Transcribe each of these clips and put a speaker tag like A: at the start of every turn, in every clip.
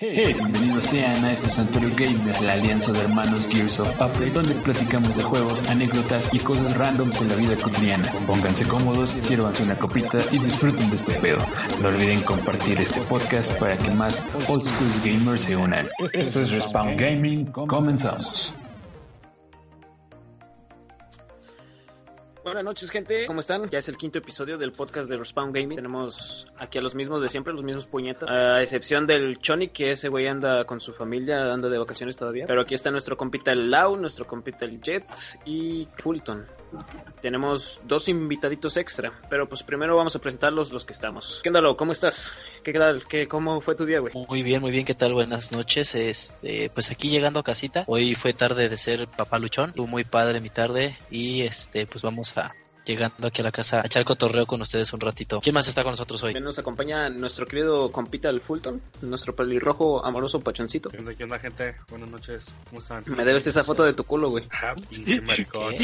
A: Hey, bienvenidos sean a este Santuario Gamer, la alianza de hermanos Gears of Apple, donde platicamos de juegos, anécdotas y cosas randoms de la vida cotidiana. Pónganse cómodos, sírvanse una copita y disfruten de este pedo. No olviden compartir este podcast para que más old school gamers se unan. Esto es Respawn Gaming, comenzamos.
B: Buenas noches, gente. ¿Cómo están? Ya es el quinto episodio del podcast de Respawn Gaming. Tenemos aquí a los mismos de siempre, los mismos puñetas. A excepción del Chonic, que ese güey anda con su familia, anda de vacaciones todavía. Pero aquí está nuestro compita el Lau, nuestro compita el Jet y Fulton. Tenemos dos invitaditos extra. Pero pues primero vamos a presentarlos los que estamos. ¿Qué onda, Lau? ¿Cómo estás? ¿Qué tal? ¿Qué, ¿Cómo fue tu día, güey?
C: Muy bien, muy bien, ¿qué tal? Buenas noches. Este, pues aquí llegando a casita. Hoy fue tarde de ser papá luchón. Estuvo muy padre mi tarde. Y este, pues vamos a llegando aquí a la casa a echar cotorreo con ustedes un ratito. ¿Quién más está con nosotros hoy?
B: También nos acompaña nuestro querido compita el Fulton, nuestro pelirrojo amoroso pachoncito.
D: ¿Qué onda, Pues, qué onda, gente? Buenas noches. ¿Cómo están?
B: Me debes esa foto de tu culo, güey.
D: Ah, pinche maricón.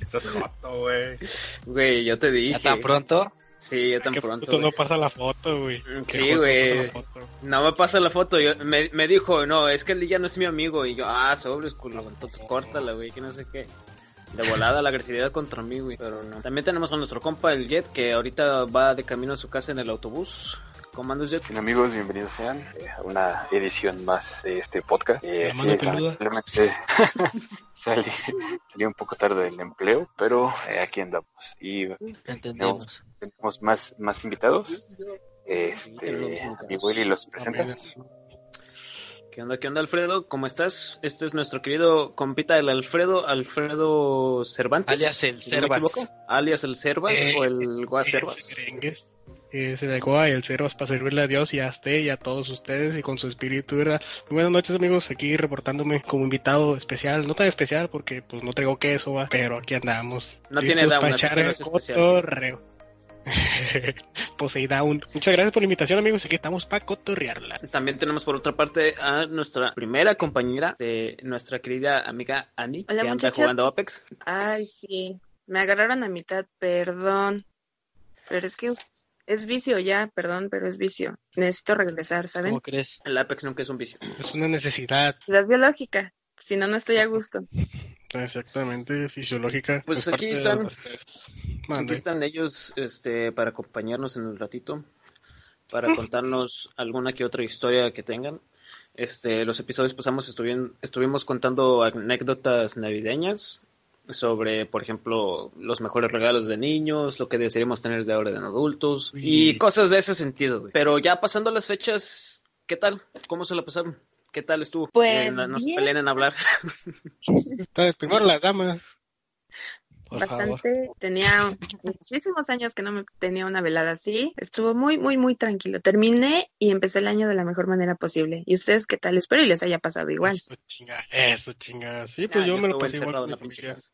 D: Estás joto, güey.
B: Güey, yo te dije.
C: ¿Ya tan pronto?
B: Sí, ya tan
E: que
B: pronto.
E: Tú
B: güey.
E: no pasa la foto, güey.
B: Mm,
E: Que
B: sí,
E: justo no
B: güey.
E: pasa la foto.
B: No me pasa la foto, yo- me, me dijo, no, es que él ya no es mi amigo. Y yo, ah, sobres, culo, entonces córtala, güey, que no sé qué. De volada la agresividad contra mí, güey, pero no. También tenemos a nuestro compa, el Jet, que ahorita va de camino a su casa en el autobús. Comandos Jet.
F: Bien, amigos, bienvenidos sean eh, a una edición más de este podcast. Eh,
E: La mano peluda.
F: lamentablemente salí, salí un poco tarde del empleo, pero eh, aquí andamos. Y
C: Entendemos.
F: tenemos más, más invitados.
B: tenemos
F: Este,
B: invitados.
F: mi Willy los presenta.
B: ¿Qué onda, qué onda, Alfredo? ¿Cómo estás? Este es nuestro querido compita, el Alfredo, Alfredo Cervantes.
C: Alias el
B: si no me
C: Cervas.
B: equivoco. Alias el Cervas
E: Eh,
B: o el Guacervas.
E: Ese merengues, eh, se le goa y el cero es para servirle a Dios y a usted y a todos ustedes y con su espíritu, ¿verdad? Pues, Buenas noches, amigos, aquí reportándome como invitado especial, no tan especial porque pues no traigo queso, va, pero aquí andamos.
B: No tiene
E: Listos
B: down,
E: para
B: así
E: echar
B: que no
E: el
B: es especial.
E: cotorreo. Poseidown. Muchas gracias por la invitación, amigos, aquí estamos para cotorrearla.
B: También tenemos por otra parte a nuestra primera compañera de nuestra querida amiga Annie,
G: Hola,
B: que anda
G: muchacha.
B: jugando Apex.
G: Ay, sí. Me agarraron a mitad, perdón. Pero es que es vicio ya, perdón, pero es vicio. Necesito regresar,
C: ¿Cómo
G: ¿saben?
C: crees?
B: El Apex nunca es un vicio.
E: Es una necesidad,
G: La biológica. Si no, no estoy a gusto.
E: exactamente, fisiológica.
B: Pues
E: es
B: aquí
E: parte de
B: están.
E: los procesos.
B: Aquí
E: Mande.
B: están ellos este, para acompañarnos en un ratito, para contarnos alguna que otra historia que tengan. Este, los episodios pasamos estuvien- estuvimos contando anécdotas navideñas sobre, por ejemplo, los mejores regalos de niños, lo que desearíamos tener de ahora en adultos y
E: Uy.
B: cosas de ese sentido. güey. Pero ya pasando las fechas, ¿qué tal? ¿Cómo se la pasaron? ¿Qué tal estuvo? Eh,
G: Pues
B: no, no se
G: bien.
B: peleen en hablar.
E: Está- Primero las damas.
C: Por favor.
G: Bastante. Tenía muchísimos años que no me tenía una velada así. Estuvo muy, muy, muy tranquilo. Terminé y empecé el año de la mejor manera posible. ¿Y ustedes qué tal? Espero y les haya pasado igual.
E: Eso chinga, eso chinga. Sí, pues
B: Ah,
E: yo me lo
B: estuve
E: pasé igual
B: encerrado
E: con
B: en
E: mi
B: la pinche
E: familia.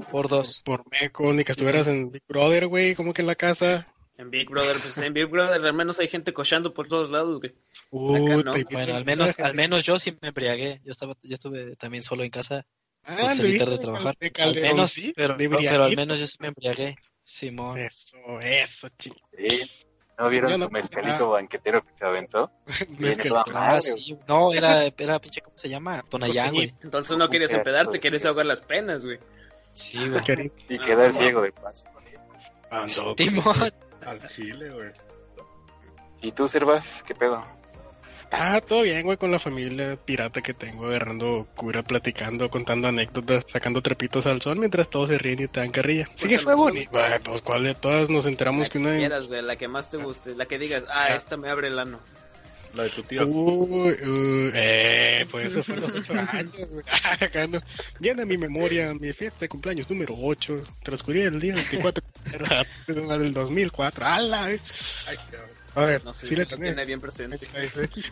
B: casa.
C: Por dos.
E: Por meco, ni que estuvieras en Big Brother, güey, como que en la casa.
B: En Big Brother, pues en Big Brother al menos hay gente cochando por todos lados, güey.
E: Uy,
B: no.
E: te-
C: Bueno, al menos, pues, al menos yo sí me embriagué. Yo estaba, yo estuve también solo en casa.
E: Ah,
C: porque salí tarde de trabajar.
E: De
C: Al
E: Calderón,
C: menos,
E: sí,
C: pero,
E: de Eh,
C: no, pero al
E: briaguito.
C: menos yo sí me embriagué. Simón.
E: Eso, eso, chinga.
F: Sí. ¿No vieron
E: Yo no-
F: su mezcalito banquetero que se aventó?
E: No es que-
F: toda
C: Ah,
F: madre,
C: sí. No, era, era pinche, ¿cómo se llama? Tonayán,
E: Sí.
C: güey.
B: Entonces no quieres empedarte,
F: Pues,
B: quieres
F: sí.
B: ahogar las penas, güey.
C: Sí, güey.
F: Y quedar ciego de paso.
D: Ando
C: Timón.
D: al chile, güey.
F: ¿Y tú, Servas? ¿Qué pedo?
E: Ah, todo bien, güey, con la familia pirata que tengo, agarrando cura, platicando, contando anécdotas, sacando trepitos al sol mientras todos se ríen y te dan carrilla. Sí que fue bonito. Güey, pues cuál de todas nos enteramos
B: La que
E: que una
B: quieras, güey, la que más te guste, la que digas, ah, esta me abre el ano.
D: La de tu tío.
E: Uy, uy, eh, pues eso fue a los ocho años, güey. Ah, Acá no. Viene a mi memoria mi fiesta de cumpleaños número 8. Transcurría el día 24 era del 2004. ¡Hala! eh!
D: Ay, cabrón.
E: A ver,
B: No sé
E: sí
B: si
E: la
B: lo
E: tenía.
B: tiene bien presente.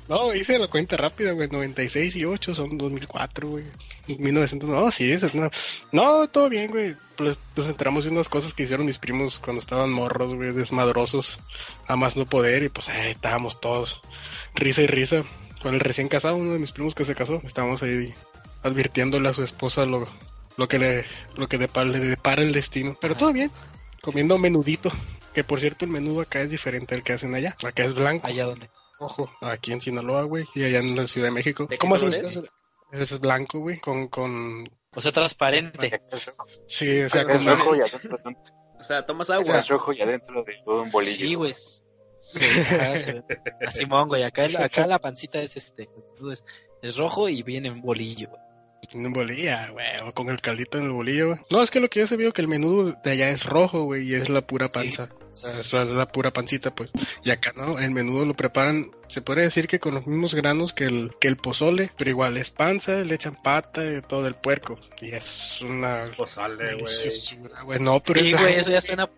E: No, hice la cuenta rápida, güey. 96 y 8 son 2004, güey. 1900, no, sí, eso es una- No, todo bien, güey. Pues nos enteramos de unas cosas que hicieron mis primos cuando estaban morros, güey, desmadrosos. A más no poder, y pues ahí estábamos todos. Risa y risa. Con el recién casado, uno de mis primos que se casó, estábamos ahí advirtiéndole a su esposa lo, lo que le, lo que depara, le depara el destino. Pero todo bien, comiendo menudito. Que por cierto, el menudo acá es diferente al que hacen allá. Acá es blanco,
C: Allá donde.
E: ojo. Aquí en Sinaloa, güey. Y allá en la Ciudad de México.
B: ¿De qué
E: ¿Cómo hacen
B: color
E: ustedes? Ese es blanco, güey. Con, con.
C: O sea, transparente.
F: Acá es rojo.
E: Sí, o sea,
F: Acá es
E: con.
F: rojo y adentro de un-
B: O sea, tomas
F: acá
B: agua.
F: es rojo y adentro de todo un bolillo.
C: Sí, güey. Sí, ajá, se ve. A Simón, güey. Acá, acá la pancita es este. Es, es rojo y viene en bolillo. güey.
E: En un bolillo, güey, o con el caldito en el bolillo, güey. No, es que lo que yo sabía que el menudo de allá es rojo, güey, y es la pura panza. O sea, es la, la pura pancita, pues. Y acá no, el menudo lo preparan, se podría decir que con los mismos granos que el, que el pozole, pero igual es panza, le echan pata y todo el puerco. Y es una
D: Pozole, güey.
E: deliciosura, güey. No, pero
C: Sí,
E: es
C: güey, eso ya suena.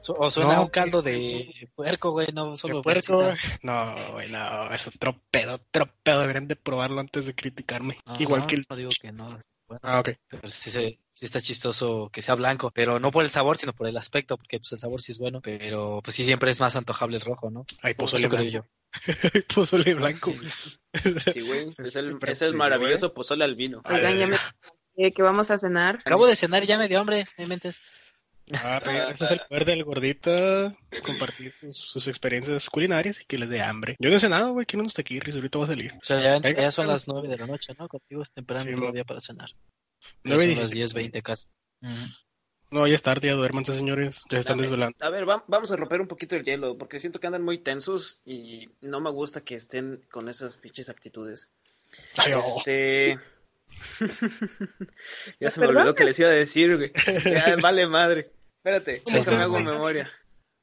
C: su- O suena
E: No,
C: a un caldo de puerco, güey. No,
E: de
C: solo
E: puerco,
C: pancita.
E: güey. No, güey, no, es otro pedo, otro pedo. Deberían de probarlo antes de criticarme.
C: No,
E: Igual
C: no,
E: que el...
C: No digo que no. Bueno,
E: Ah, ok.
C: pero sí, se- sí está chistoso que sea blanco, pero no por el sabor, sino por el aspecto, porque pues el sabor sí es bueno, pero pues sí siempre es más antojable el rojo, ¿no?
E: Hay pozole
C: Eso creo
E: Pues, blanco.
C: yo.
E: Hay pozole blanco, güey.
B: Sí, güey. Es el,
E: Siempre
B: es el
E: sí, Ah.
B: maravilloso pozole al vino.
C: Pues,
G: Oigan, ya me eh, que vamos a cenar.
C: Acabo de cenar y ya me dio hambre, me mentes.
E: Ah, pero ese es el poder del gordita, compartir sus, sus experiencias culinarias y que les dé hambre. Yo no sé nada, güey, quiero unos taquirris, ahorita va a salir.
C: O sea, ya,
E: Venga,
C: ya son
E: venga.
C: las 9 de la noche, ¿no? Contigo es temprano
E: Sí,
C: todavía
E: bueno.
C: para cenar. Ya
E: Nueve
C: son
E: y
C: las 10,
E: dieciséis.
C: 20 casi. Ujú.
E: No, ya es tarde, ya duérmanse, señores, ya se están
B: Dame.
E: desvelando.
B: A ver, va- vamos a romper un poquito el hielo, porque siento que andan muy tensos y no me gusta que estén con esas pinches actitudes.
E: Ay, oh,
B: Este. ya se me
G: Perdón.
B: olvidó que les iba a decir, güey. Ya, vale madre. Espérate,
C: Se
B: déjame
C: me
B: hago
C: olvidó.
B: memoria.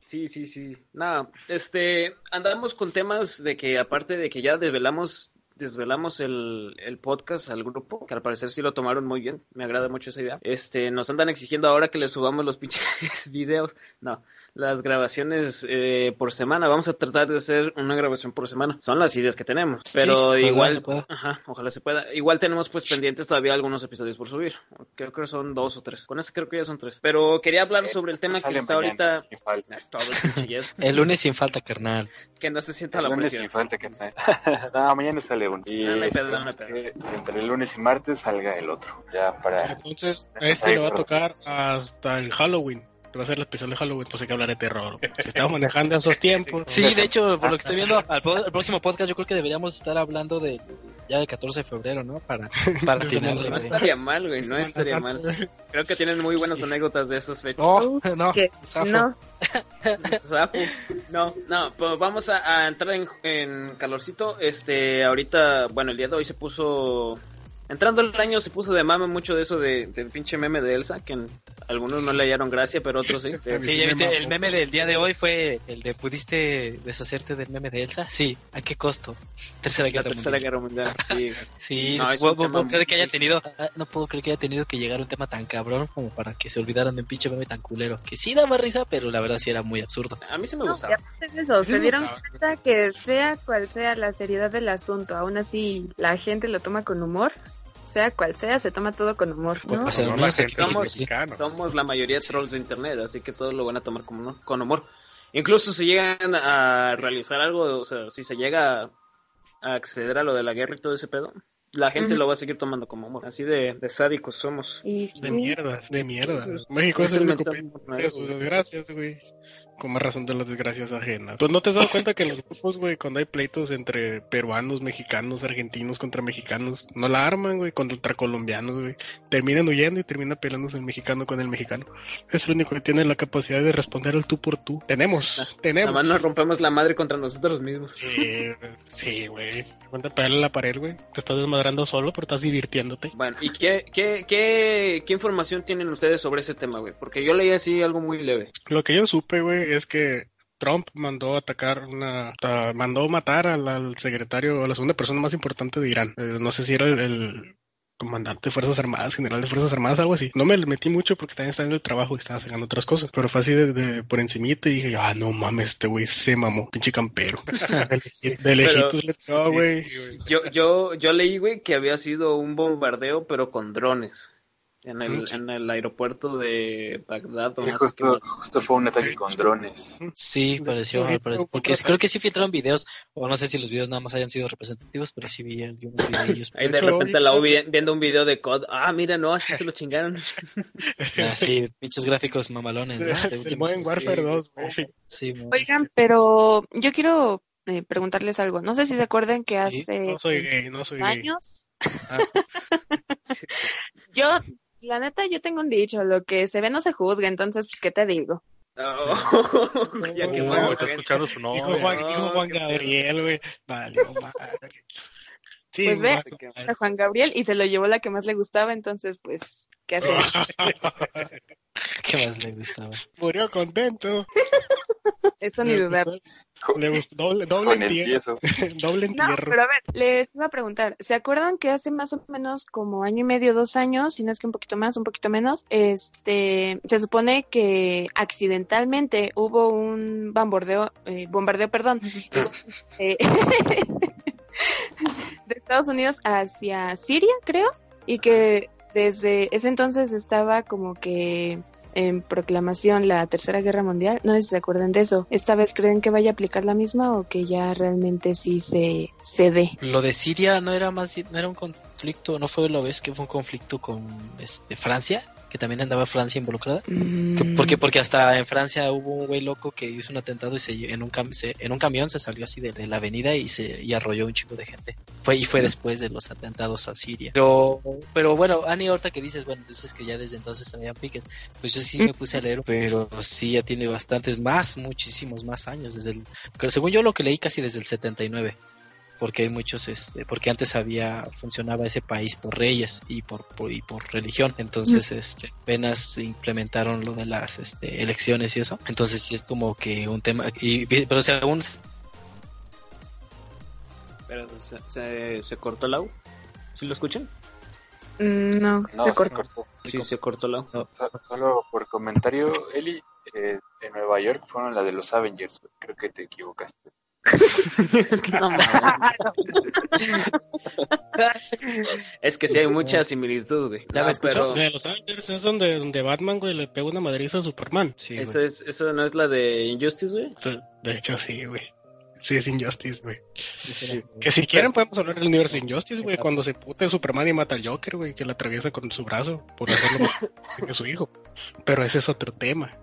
B: Sí, sí, sí. Nada, este, andamos con temas de que aparte de que ya desvelamos, desvelamos el, el podcast al grupo, que al parecer sí lo tomaron muy bien, me agrada mucho esa idea. Este, nos andan exigiendo ahora que les subamos los pinches videos. No, las grabaciones eh, por semana. Vamos a tratar de hacer una grabación por semana. Son las ideas que tenemos, pero
C: Sí, ojalá
B: igual
C: se pueda.
B: Ajá, ojalá se pueda. Igual tenemos pues pendientes todavía algunos episodios por subir. Creo que son dos o tres. Con este creo que ya son tres. Pero quería hablar sobre el tema que
F: Sale
B: está
F: mañana,
B: ahorita. Ah,
F: sin falta.
B: Es todo el pinche yes,
C: El lunes sin falta, carnal.
B: Que no se sienta
F: El
B: la
F: lunes sin
B: presión.
F: falta que está. no, mañana sale uno. Y
B: No, no hay pedo, no hay
F: esperemos que entre el lunes y martes salga el otro. Ya para.
E: Entonces, a este le va a tocar hasta el Halloween. Que va a ser el especial de Halloween, pues hay que hablar de terror. güey. Se estaba manejando esos tiempos.
C: Sí, de hecho, por lo que estoy viendo, al, po- al próximo podcast yo creo que deberíamos estar hablando de ya del 14 de febrero, ¿no? Para, para atinarle,
B: No
C: güey.
B: estaría mal, güey. No estaría mal. Creo que tienen muy buenas
C: Sí.
B: anécdotas de esas fechas.
C: No, no,
G: Que
C: zafo.
G: No,
B: Zafu. No, no, pues vamos a, a entrar en, en calorcito. Este, ahorita, bueno, el día de hoy se puso. Entrando el año se puso de mame mucho de eso de, del pinche meme de Elsa, que en- algunos no le hallaron gracia, pero otros sí. De-
C: Sí, ya viste, el meme del día de hoy fue el de ¿pudiste deshacerte del meme de Elsa? Sí, ¿a qué costo? Tercera
B: la
C: guerra
B: tercera
C: mundial.
B: guerra mundial, sí.
C: Sí,
B: No,
C: no,
B: es un
C: puedo,
B: tema
C: puedo creer que haya
B: muy-
C: tenido, ah, no puedo creer que haya tenido que llegar a un tema tan cabrón como para que se olvidaran de un pinche meme tan culero, que sí daba risa, pero la verdad sí era muy absurdo.
B: A mí sí me
G: no,
B: gustaba.
G: y aparte de eso, se dieron
E: Ah,
G: cuenta que sea cual sea la seriedad del asunto, aún así la gente lo toma con humor, sea cual sea, se toma todo con humor, ¿no?
C: O
E: Pues,
C: sea,
D: no,
C: al
D: la
C: menos
D: gente
C: aquí,
B: somos-
C: sí.
D: mexicano.
B: Somos la mayoría trolls de internet, así que todos lo van a tomar como, no- con humor. Incluso si llegan a realizar algo, o sea, si se llega a, a acceder a lo de la guerra y todo ese pedo, la gente
G: Ujú.
B: lo va a seguir tomando como humor. Así de, de sádicos somos.
G: Y
E: pues, De
G: sí,
E: mierdas, de mierda. México
B: Es
E: es el
B: el
E: único país
B: mental
E: de
B: nuevo,
E: sus
B: güey.
E: desgracias, güey. Con más razón de las desgracias ajenas. Pues no te has dado cuenta que en los grupos, güey, cuando hay pleitos entre peruanos, mexicanos, argentinos contra mexicanos, no la arman, güey, contra colombianos, güey. Terminan huyendo y termina peleándose el mexicano con el mexicano. Es el único que tiene la capacidad de responder al tú por tú.
G: Ah,
E: Tenemos,
B: Nada
E: tenemos.
B: más nos rompemos la madre contra nosotros mismos.
E: Sí, Sí, güey. Cuenta pegarle a la pared, güey. Te estás desmadrando solo, pero estás divirtiéndote.
B: Bueno, ¿y qué, qué, qué, qué información tienen ustedes sobre ese tema, güey? Porque yo leí así algo muy leve.
E: Lo que yo supe, güey, es que Trump mandó atacar una, a- mandó matar al, al secretario, a la segunda persona más importante de Irán. Eh, no sé si era el, el comandante de Fuerzas Armadas, general de Fuerzas Armadas, algo así. No me le metí mucho porque también estaba en el trabajo y estaba sacando otras cosas, pero fue así de, de por encimita y dije, ah, no mames, este güey se mamó, pinche campero. De, de lejitos le tiró, güey.
D: Sí, sí, güey.
B: Yo, yo, yo leí, güey, que había sido un bombardeo, pero con drones. En
C: Mm.
B: el, en el aeropuerto de Bagdad. o no sé
F: Sí,
B: qué
F: justo, justo fue un ataque con drones.
C: Sí,
E: De-
C: pareció,
E: de-
C: me parece,
E: de-
C: porque creo que sí filtraron videos, o no sé si los videos nada más hayan sido representativos, pero sí vi algunos videos.
B: Ahí
E: De
B: de
E: hecho,
B: repente la
E: ahorita-
B: U vi- viendo un video de COD. Ah, mira, no, así se lo chingaron.
C: Así, ah, pinches gráficos mamalones, ¿no? De
E: El
C: últimos-
E: Modern Warfare 2, güey.
C: Sí, mo-
G: Oigan, pero yo quiero eh, preguntarles algo. No sé si se acuerdan que
E: Sí,
G: hace
E: No soy gay, no soy gay. Ah.
G: años. yo, la neta, yo tengo un dicho, lo que se ve no se juzga, entonces, pues, ¿qué te digo?
B: Oh, ya
E: No,
B: que
E: no,
B: bueno,
E: no,
D: está
B: gente.
D: escuchando su
E: Dijo
D: nombre.
E: Juan,
B: no,
E: dijo Juan
B: qué
E: Gabriel, güey. Vale, madre. Sí,
G: Pues ve.
E: vas a-
G: A Juan Gabriel y se lo llevó la que más le gustaba, entonces, pues, ¿qué hacemos?
C: ¿Qué más le gustaba?
E: Murió contento.
G: Eso ni
E: Le
G: dudar.
E: gustó- Le gustó doble, doble
F: Con el
E: entierro.
F: tieso.
E: Doble
G: No,
E: entierro.
G: pero a ver, les iba a preguntar, ¿se acuerdan que hace más o menos como año y medio, dos años, si no es que un poquito más, un poquito menos, este, se supone que accidentalmente hubo un bombardeo, eh, bombardeo, perdón, eh, de Estados Unidos hacia Siria, creo, y que desde ese entonces estaba como que en proclamación la Tercera Guerra Mundial. No sé si se acuerdan de eso. ¿Esta vez creen que vaya a aplicar la misma o que ya realmente sí se, se dé?
C: Lo de Siria no era más, no era un conflicto, no fue la vez que fue un conflicto con este Francia, que también andaba Francia involucrada. Que-
G: Mm.
C: Porque, porque hasta en Francia hubo un güey loco que hizo un atentado y se, lle- en, un cam- se- en un camión se salió así de, de la avenida y se y arrolló un chico de gente. Fue, y fue después de los atentados a Siria. Pero, pero bueno, Ani, ahorita que dices, bueno, dices que ya desde entonces tenían piques. Pues yo sí me puse a leer, pero sí ya tiene bastantes más, muchísimos más años. Desde el, pero según yo lo que leí casi desde el 79 porque hay muchos este porque antes había funcionaba ese país por reyes y por, por- y por religión entonces este apenas implementaron lo de las este, elecciones y eso entonces sí es como que un tema y pero según
B: Pero, ¿se, se, se cortó la U? ¿Sí lo escuchan?
G: Mm, no,
F: No,
G: se
F: se
G: cortó.
F: cortó.
B: Sí, se cortó la U.
F: So- Solo por comentario, Eli, eh, en Nueva York fueron la de los Avengers. güey. Creo que te equivocaste.
D: Ah,
B: No mames. es que sí hay mucha similitud, güey.
C: ¿Ya me
B: Ah,
C: escuchó?
B: pero
E: De Los Ángeles es donde, donde Batman, güey, le pega una madriza a Superman.
C: sí,
B: ¿Eso,
C: güey.
B: es, ¿Eso no es la de Injustice, güey?
E: De hecho, sí, güey. Sí, es Injustice, güey.
C: Sí, sí, era-
E: Que si quieren podemos hablar del universo Injustice, güey, cuando se pute Superman y mata al Joker, güey, que la atraviesa con su brazo por hacerlo más que su hijo. Pero ese es otro tema.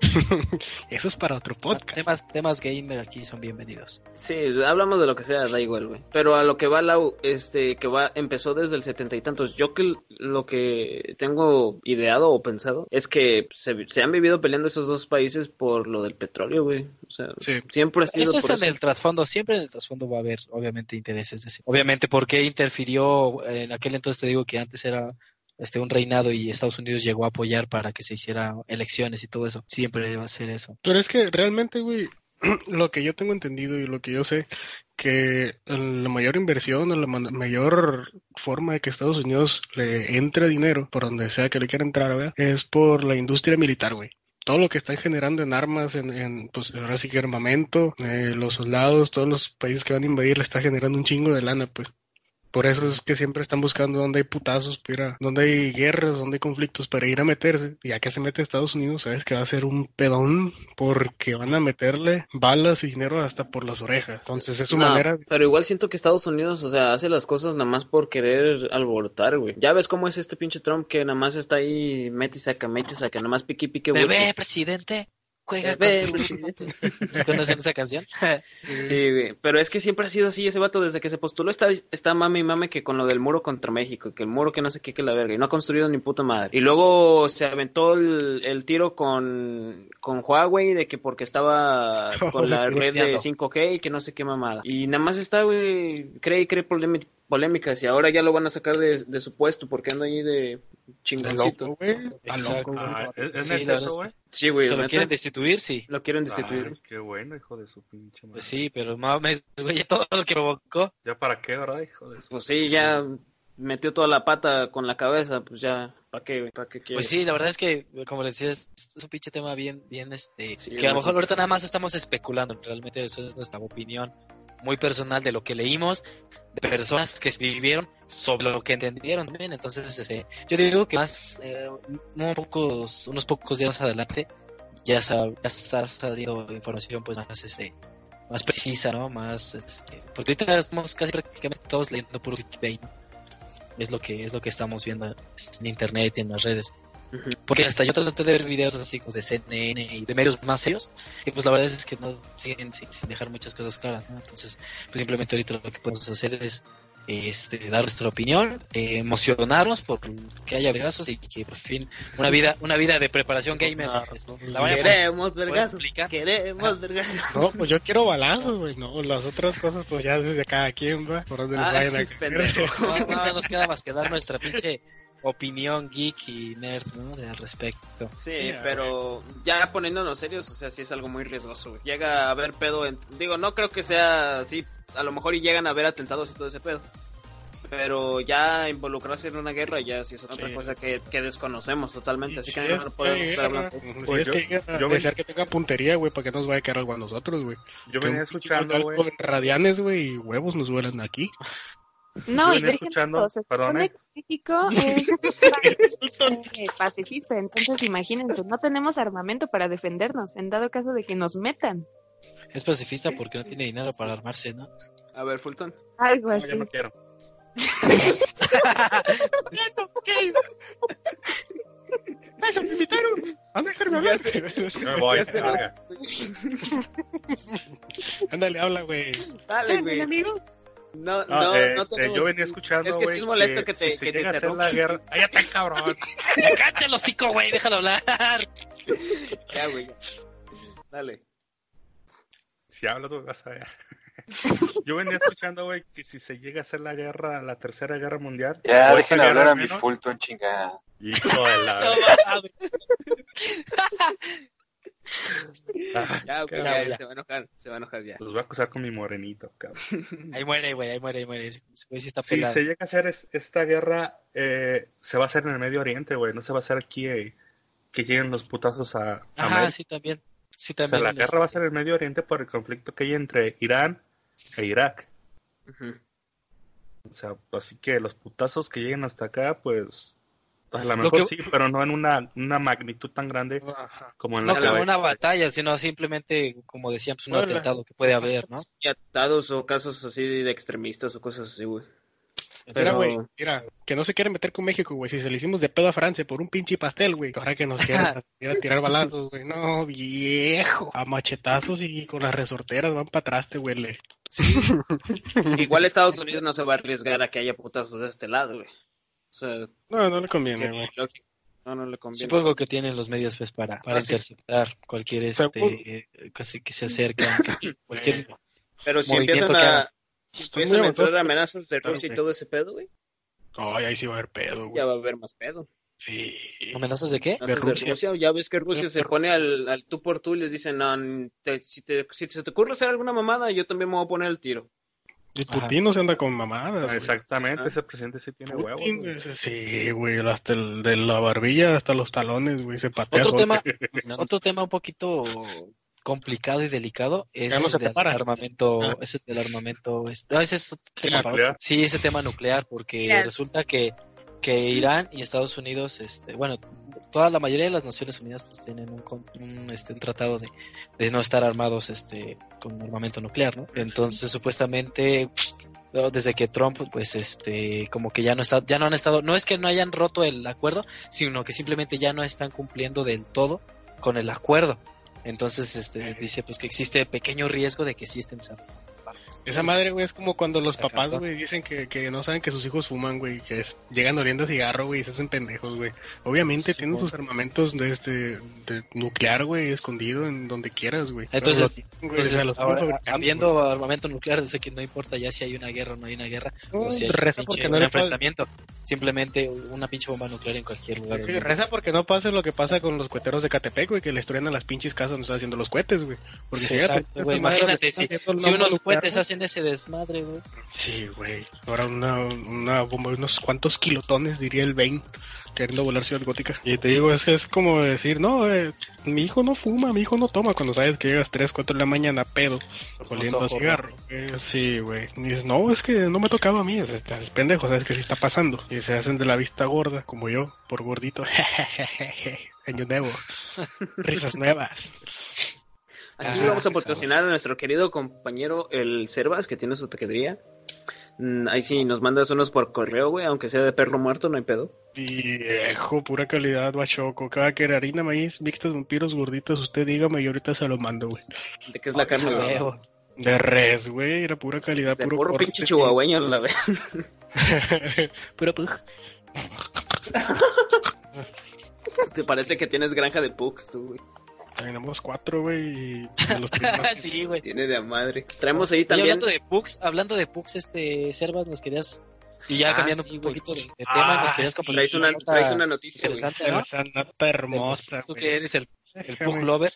E: Eso es para otro podcast.
C: temas temas gamer aquí son bienvenidos
B: Sí, hablamos de lo que sea, da igual, güey. Pero a lo que va Lau, este, que va, empezó desde el setenta y tantos. Yo que lo que tengo ideado o pensado es que se, se han vivido peleando esos dos países por lo del petróleo, güey. O sea,
E: Sí.
B: siempre ha sido
C: eso es
B: por
C: en el trasfondo siempre en el trasfondo va a haber obviamente intereses de ese- obviamente porque interfirió eh, en aquel entonces te digo que antes era este un reinado y Estados Unidos llegó a apoyar para que se hiciera elecciones y todo eso siempre va a ser eso
E: Pero es que realmente, güey, lo que yo tengo entendido y lo que yo sé, que la mayor inversión o la man- mayor forma de que Estados Unidos le entre dinero, por donde sea que le quiera entrar, ¿verdad? es por la industria militar, güey. Todo lo que están generando en armas, en, en, pues ahora sí que armamento, eh, los soldados, todos los países que van a invadir le está generando un chingo de lana, pues. Por eso es que siempre están buscando dónde hay putazos, para ir a- dónde hay guerras, dónde hay conflictos para ir a meterse. Y ya que se mete Estados Unidos, sabes que va a ser un pedón porque van a meterle balas y dinero hasta por las orejas. Entonces es su
B: No,
E: manera.
B: Pero igual siento que Estados Unidos, o sea, hace las cosas nada más por querer alborotar, güey. Ya ves cómo es este pinche Trump que nada más está ahí, mete y saca, mete y saca, nada más piqui pique, güey.
C: Bebé, presidente, juega
B: Bebé,
C: con... ¿Sí ¿Conocen esa canción?
B: Sí, güey. Pero es que siempre ha sido así ese vato desde que se postuló. Está, está mame y mame que con lo del muro contra México, que el muro que no sé qué, que la verga. Y no ha construido ni puta madre. Y luego se aventó el, el tiro con, con Huawei de que porque estaba con la red de 5G y que no sé qué mamada. Y nada más está, güey, cree y cree polemi- polémicas. Y ahora ya lo van a sacar de, de su puesto porque anda ahí de
E: Está
B: chingoncito.
E: loco, güey. Está
C: Exacto.
E: loco.
D: Ah, ¿es- es
C: Sí,
D: neta
C: la verdad
D: eso,
C: es
D: güey?
B: Sí, güey.
C: ¿Se lo
B: neta,
C: quieren destituir? Sí.
B: lo quieren destituir.
D: Ay, Qué bueno, hijo de su pinche madre.
C: Pues sí, pero mames, güey, todo lo que provocó.
D: ¿Ya para qué, verdad, hijo de su
B: Pues sí, ya metió toda la pata con la cabeza, pues ya, ¿para qué, güey? ¿Para qué quiere?
C: Pues sí, la verdad es que, como les decía, es es un pinche tema bien, bien, este...
B: Sí,
C: que a lo
B: güey.
C: mejor ahorita nada más estamos especulando, realmente eso es nuestra opinión. muy personal de lo que leímos, de personas que vivieron sobre lo que entendieron también. Entonces, este, yo digo que más, eh, un pocos, unos pocos días adelante, ya, sa- ya está saliendo información pues más este más precisa, ¿no? Más este, porque ahorita estamos casi prácticamente todos leyendo puro clickbait. ¿no? Es lo que es lo que estamos viendo en internet y en las redes.
B: Ujú.
C: Porque hasta yo traté de ver videos así como de CNN y de medios más serios, y pues la verdad es que no siguen sin, sin dejar muchas cosas claras, ¿no? Entonces, pues simplemente ahorita lo que podemos hacer es este, dar nuestra opinión, eh, emocionarnos por que haya vergazos y que por fin una vida, una vida de preparación gamer este, la vayan a
B: Queremos vergazos.
C: explicar.
B: Queremos vergazos.
E: No, pues yo quiero balazos, güey. No, las otras cosas, pues ya desde cada quien va. Por donde les
B: Ah,
E: vayan
B: sí,
E: a caer.
B: pendejo.
C: No, no, nos queda más que dar nuestra pinche opinión geek y nerd, ¿no? De- Al respecto.
B: Sí,
E: Yeah,
B: pero ya poniéndonos serios, o sea, sí es algo muy riesgoso, güey. Llega a haber pedo, en- digo, no creo que sea así, a lo mejor y llegan a haber atentados y todo ese pedo. Pero ya involucrarse en una guerra ya sí es otra
E: Sí.
B: cosa que, que desconocemos totalmente, así
E: Si
B: que no,
E: es
B: no podemos estar
E: guerra,
B: hablando.
E: si
D: Pues
E: es
D: yo-
E: que guerra,
D: yo
E: de
D: ven-
E: ser que tenga puntería, güey, para que nos vaya a quedar algo a nosotros, güey.
D: Yo
E: Que
D: venía
E: un pinche local
D: escuchando, güey.
E: con radianes, güey, y huevos nos vuelan aquí.
G: No, y
D: venía
G: déjenme,
D: escuchando-
G: o sea, se
D: perdón,
G: supone
D: eh.
G: que México es un país, eh, pacifista, entonces imagínense, no tenemos armamento para defendernos, en dado caso de que nos metan,
C: Es pacifista porque no tiene dinero para armarse, ¿no?
B: A ver, Fulton.
G: algo
C: Pues
D: No, ya
G: así.
D: no quiero.
E: ¡Eso me invitaron! ¡A dejarme hablar!
D: Yo me voy, verga.
E: Ándale, habla, güey.
B: Dale, güey. No,
D: No,
B: no, no
D: este,
B: tenemos-
D: yo venía escuchando,
B: Es
D: güey.
B: que sí es molesto que te-
D: si se
B: que te
D: llega a hacer la
B: interrumpan.
D: guerra... ¡Ay, ya está, cabrón!
C: ¡Cállate el hocico, güey! ¡Déjalo hablar!
B: Ya, güey. ya. Dale.
D: Si hablas, güey, vas a ver. Yo venía escuchando, güey, que si se llega a hacer la guerra, la tercera guerra mundial...
F: Ya,
D: o esta
F: dejen
D: guerra
F: hablar
D: al
F: a mi
D: menos-
F: Fulton, chingada.
D: Hijo de la... Ah,
B: Ya, güey,
C: Ya,
B: ya,
C: ya.
B: se va a enojar, se va a enojar ya.
D: Los voy a acusar con mi morenito, cabrón.
C: Ahí muere, güey, ahí muere, ahí muere. Ese güey sí está
D: Si
C: pelado.
D: se llega a hacer es- esta guerra, eh, se va a hacer en el Medio Oriente, güey. No se va a hacer aquí eh, que lleguen los putazos a, a
C: Ajá,
D: América.
C: sí, también. Sí,
D: O sea,
C: también.
D: la
C: este,
D: guerra va a ser en el Medio Oriente por el conflicto que hay entre Irán e Irak.
B: Ujú.
D: O sea, así que los putazos que lleguen hasta acá, pues a lo
C: Lo
D: mejor
C: que-
D: sí, pero no en una, una magnitud tan grande como en
C: No
D: la
C: como
D: que-
C: una batalla, sino simplemente, como decían, pues un
E: Hola.
C: atentado que puede haber, ¿no?
B: Y atados o casos así de extremistas o cosas así, güey.
E: Mira,
B: Pero-
E: güey, mira, que no se quieren meter con México, güey. Si se le hicimos de pedo a Francia por un pinche pastel, güey. Ahora que nos quieran ir a tirar balazos, güey. No, viejo. A machetazos y con las resorteras van para traste, güey. le.
B: Igual Estados Unidos no se va a arriesgar a que haya putazos de este lado, güey. O sea,
E: No, no le conviene, güey.
B: sería lógico. No, no le conviene.
C: Supongo que tienen los medios pues para, para interceptar cualquier
E: Seguro.
C: este eh, casi que se acercan, que se- cualquier
B: Pero si
C: movimiento
B: empiezan
C: que
B: a,
C: haga.
B: si
E: Están
B: empiezan
E: muy
B: a entrar
E: avanzados.
B: amenazas de
E: Claro,
B: Rusia y
E: güey.
B: todo ese pedo, güey,
E: Ay, ahí sí va a haber pedo,
B: sí ya
E: güey.
B: va a haber más pedo.
E: Sí.
D: Eh,
C: amenazas de qué?
B: Amenazas de Rusia.
E: Rusia.
B: ya ves que Rusia
E: Pero-
B: se pone al, al tú por tú y les dicen, no, n- te- si, te, si se te ocurre hacer alguna mamada, yo también me voy a poner el tiro.
E: Y
C: Ajá.
E: Putin no se anda con mamadas, güey.
D: Exactamente,
B: Ah.
D: ese presidente sí tiene huevos.
E: Putin,
D: güey.
E: güey, sí, güey, hasta el, de la barbilla hasta los talones, güey, se patea.
C: Otro
E: solo.
C: tema, otro tema un poquito complicado y delicado es
E: Ya no se
C: el del
E: prepara.
C: armamento,
E: Ah.
C: es el del armamento, es- no, ese es otro tema para
D: nuclear.
C: otro. Sí, ese tema nuclear, porque resulta que, que Irán y Estados Unidos, este, bueno, toda la mayoría de las Naciones Unidas pues tienen un, con- un, este, un tratado de, de no estar armados este con armamento nuclear, ¿no? Entonces, supuestamente no, desde que Trump pues este como que ya no está ya no han estado, no es que no hayan roto el acuerdo, sino que simplemente ya no están cumpliendo del todo con el acuerdo. Entonces, este dice pues que existe pequeño riesgo de que sí estén
E: Esa madre, güey, es como cuando los
C: Está
E: papás,
C: cabrón.
E: güey, dicen que, que no saben que sus hijos fuman, güey, que es- llegan oliendo a cigarro, güey, y se hacen pendejos, güey. Obviamente
C: Sí,
E: tienen
C: güey.
E: sus armamentos de este de nuclear, güey, escondido en donde quieras, güey.
C: Entonces,
E: Pero lo tienen, güey, o
C: Entonces,
E: sea, los
C: ahora,
E: están fabricando,
C: habiendo
E: güey.
C: armamento nuclear, dice que no importa ya si hay una guerra o no hay una guerra,
E: No,
C: o si hay
E: reza
C: un, pinche-
E: porque no
C: un
E: le pase-
C: enfrentamiento, simplemente una pinche bomba nuclear en cualquier lugar.
E: sí,
C: del mundo.
E: reza porque no pase lo que pasa con los cueteros de Catepec, güey, que les truenan las pinches casas donde están haciendo los cohetes, güey. Porque
C: Sí,
E: si llega a
C: exacto,
E: truenar
C: güey,
E: esa madre,
C: imagínate,
E: le están haciendo el
C: Si
E: nombre
C: unos
E: nuclear,
C: cohetes
E: güey.
C: hacen ese desmadre, güey.
E: Sí, güey. Ahora una, una bomba de unos cuantos kilotones, diría el Bane, queriendo volar Ciudad Gótica. Y te digo, es que es como decir, no, eh, mi hijo no fuma, mi hijo no toma, cuando sabes que llegas 3, 4 de la mañana pedo, oliendo a
C: ojos,
E: cigarro. Eh, Sí, güey. Y dices, no, es que no me ha tocado a mí, es, es pendejo, sabes que sí está pasando. Y se hacen de la vista gorda, como yo, por gordito. Año nuevo, risas nuevas.
B: Aquí
E: Ah,
B: vamos a
E: sí,
B: patrocinar a nuestro querido compañero el Cervas, que tiene su taquería. Mm, ahí sí, nos mandas unos por correo, güey, aunque sea de perro muerto, no hay pedo.
E: Viejo, pura calidad, bachoco. Cada que era harina, maíz, mixtas, vampiros, gorditas, usted dígame y ahorita se lo mando, güey.
B: ¿De qué es la carne? güey?
C: Ah, Huevo.
E: De res, güey, era pura calidad,
B: De
E: puro
B: porro
E: corte.
B: pinche chihuahueño, la verdad.
E: Pura pug.
B: Te parece que tienes granja de pugs, tú, güey.
E: Terminamos cuatro, güey, y de los tres más-
C: sí, güey.
B: Tiene de a madre. Traemos
C: Y
B: ahí también.
C: hablando de Pux, hablando de Pux, este, Servas, nos querías. Y ya
B: Ah,
C: cambiando
B: sí,
C: un
B: güey.
C: poquito de, de
E: Ah,
C: tema, nos querías
E: sí,
C: compartir.
B: Traes una,
C: nota
B: traes una noticia, güey.
C: interesante, ¿no?
E: Esa nata hermosa,
C: Tú que
E: güey.
C: eres el, el
E: Déjame-
C: Pug Lover.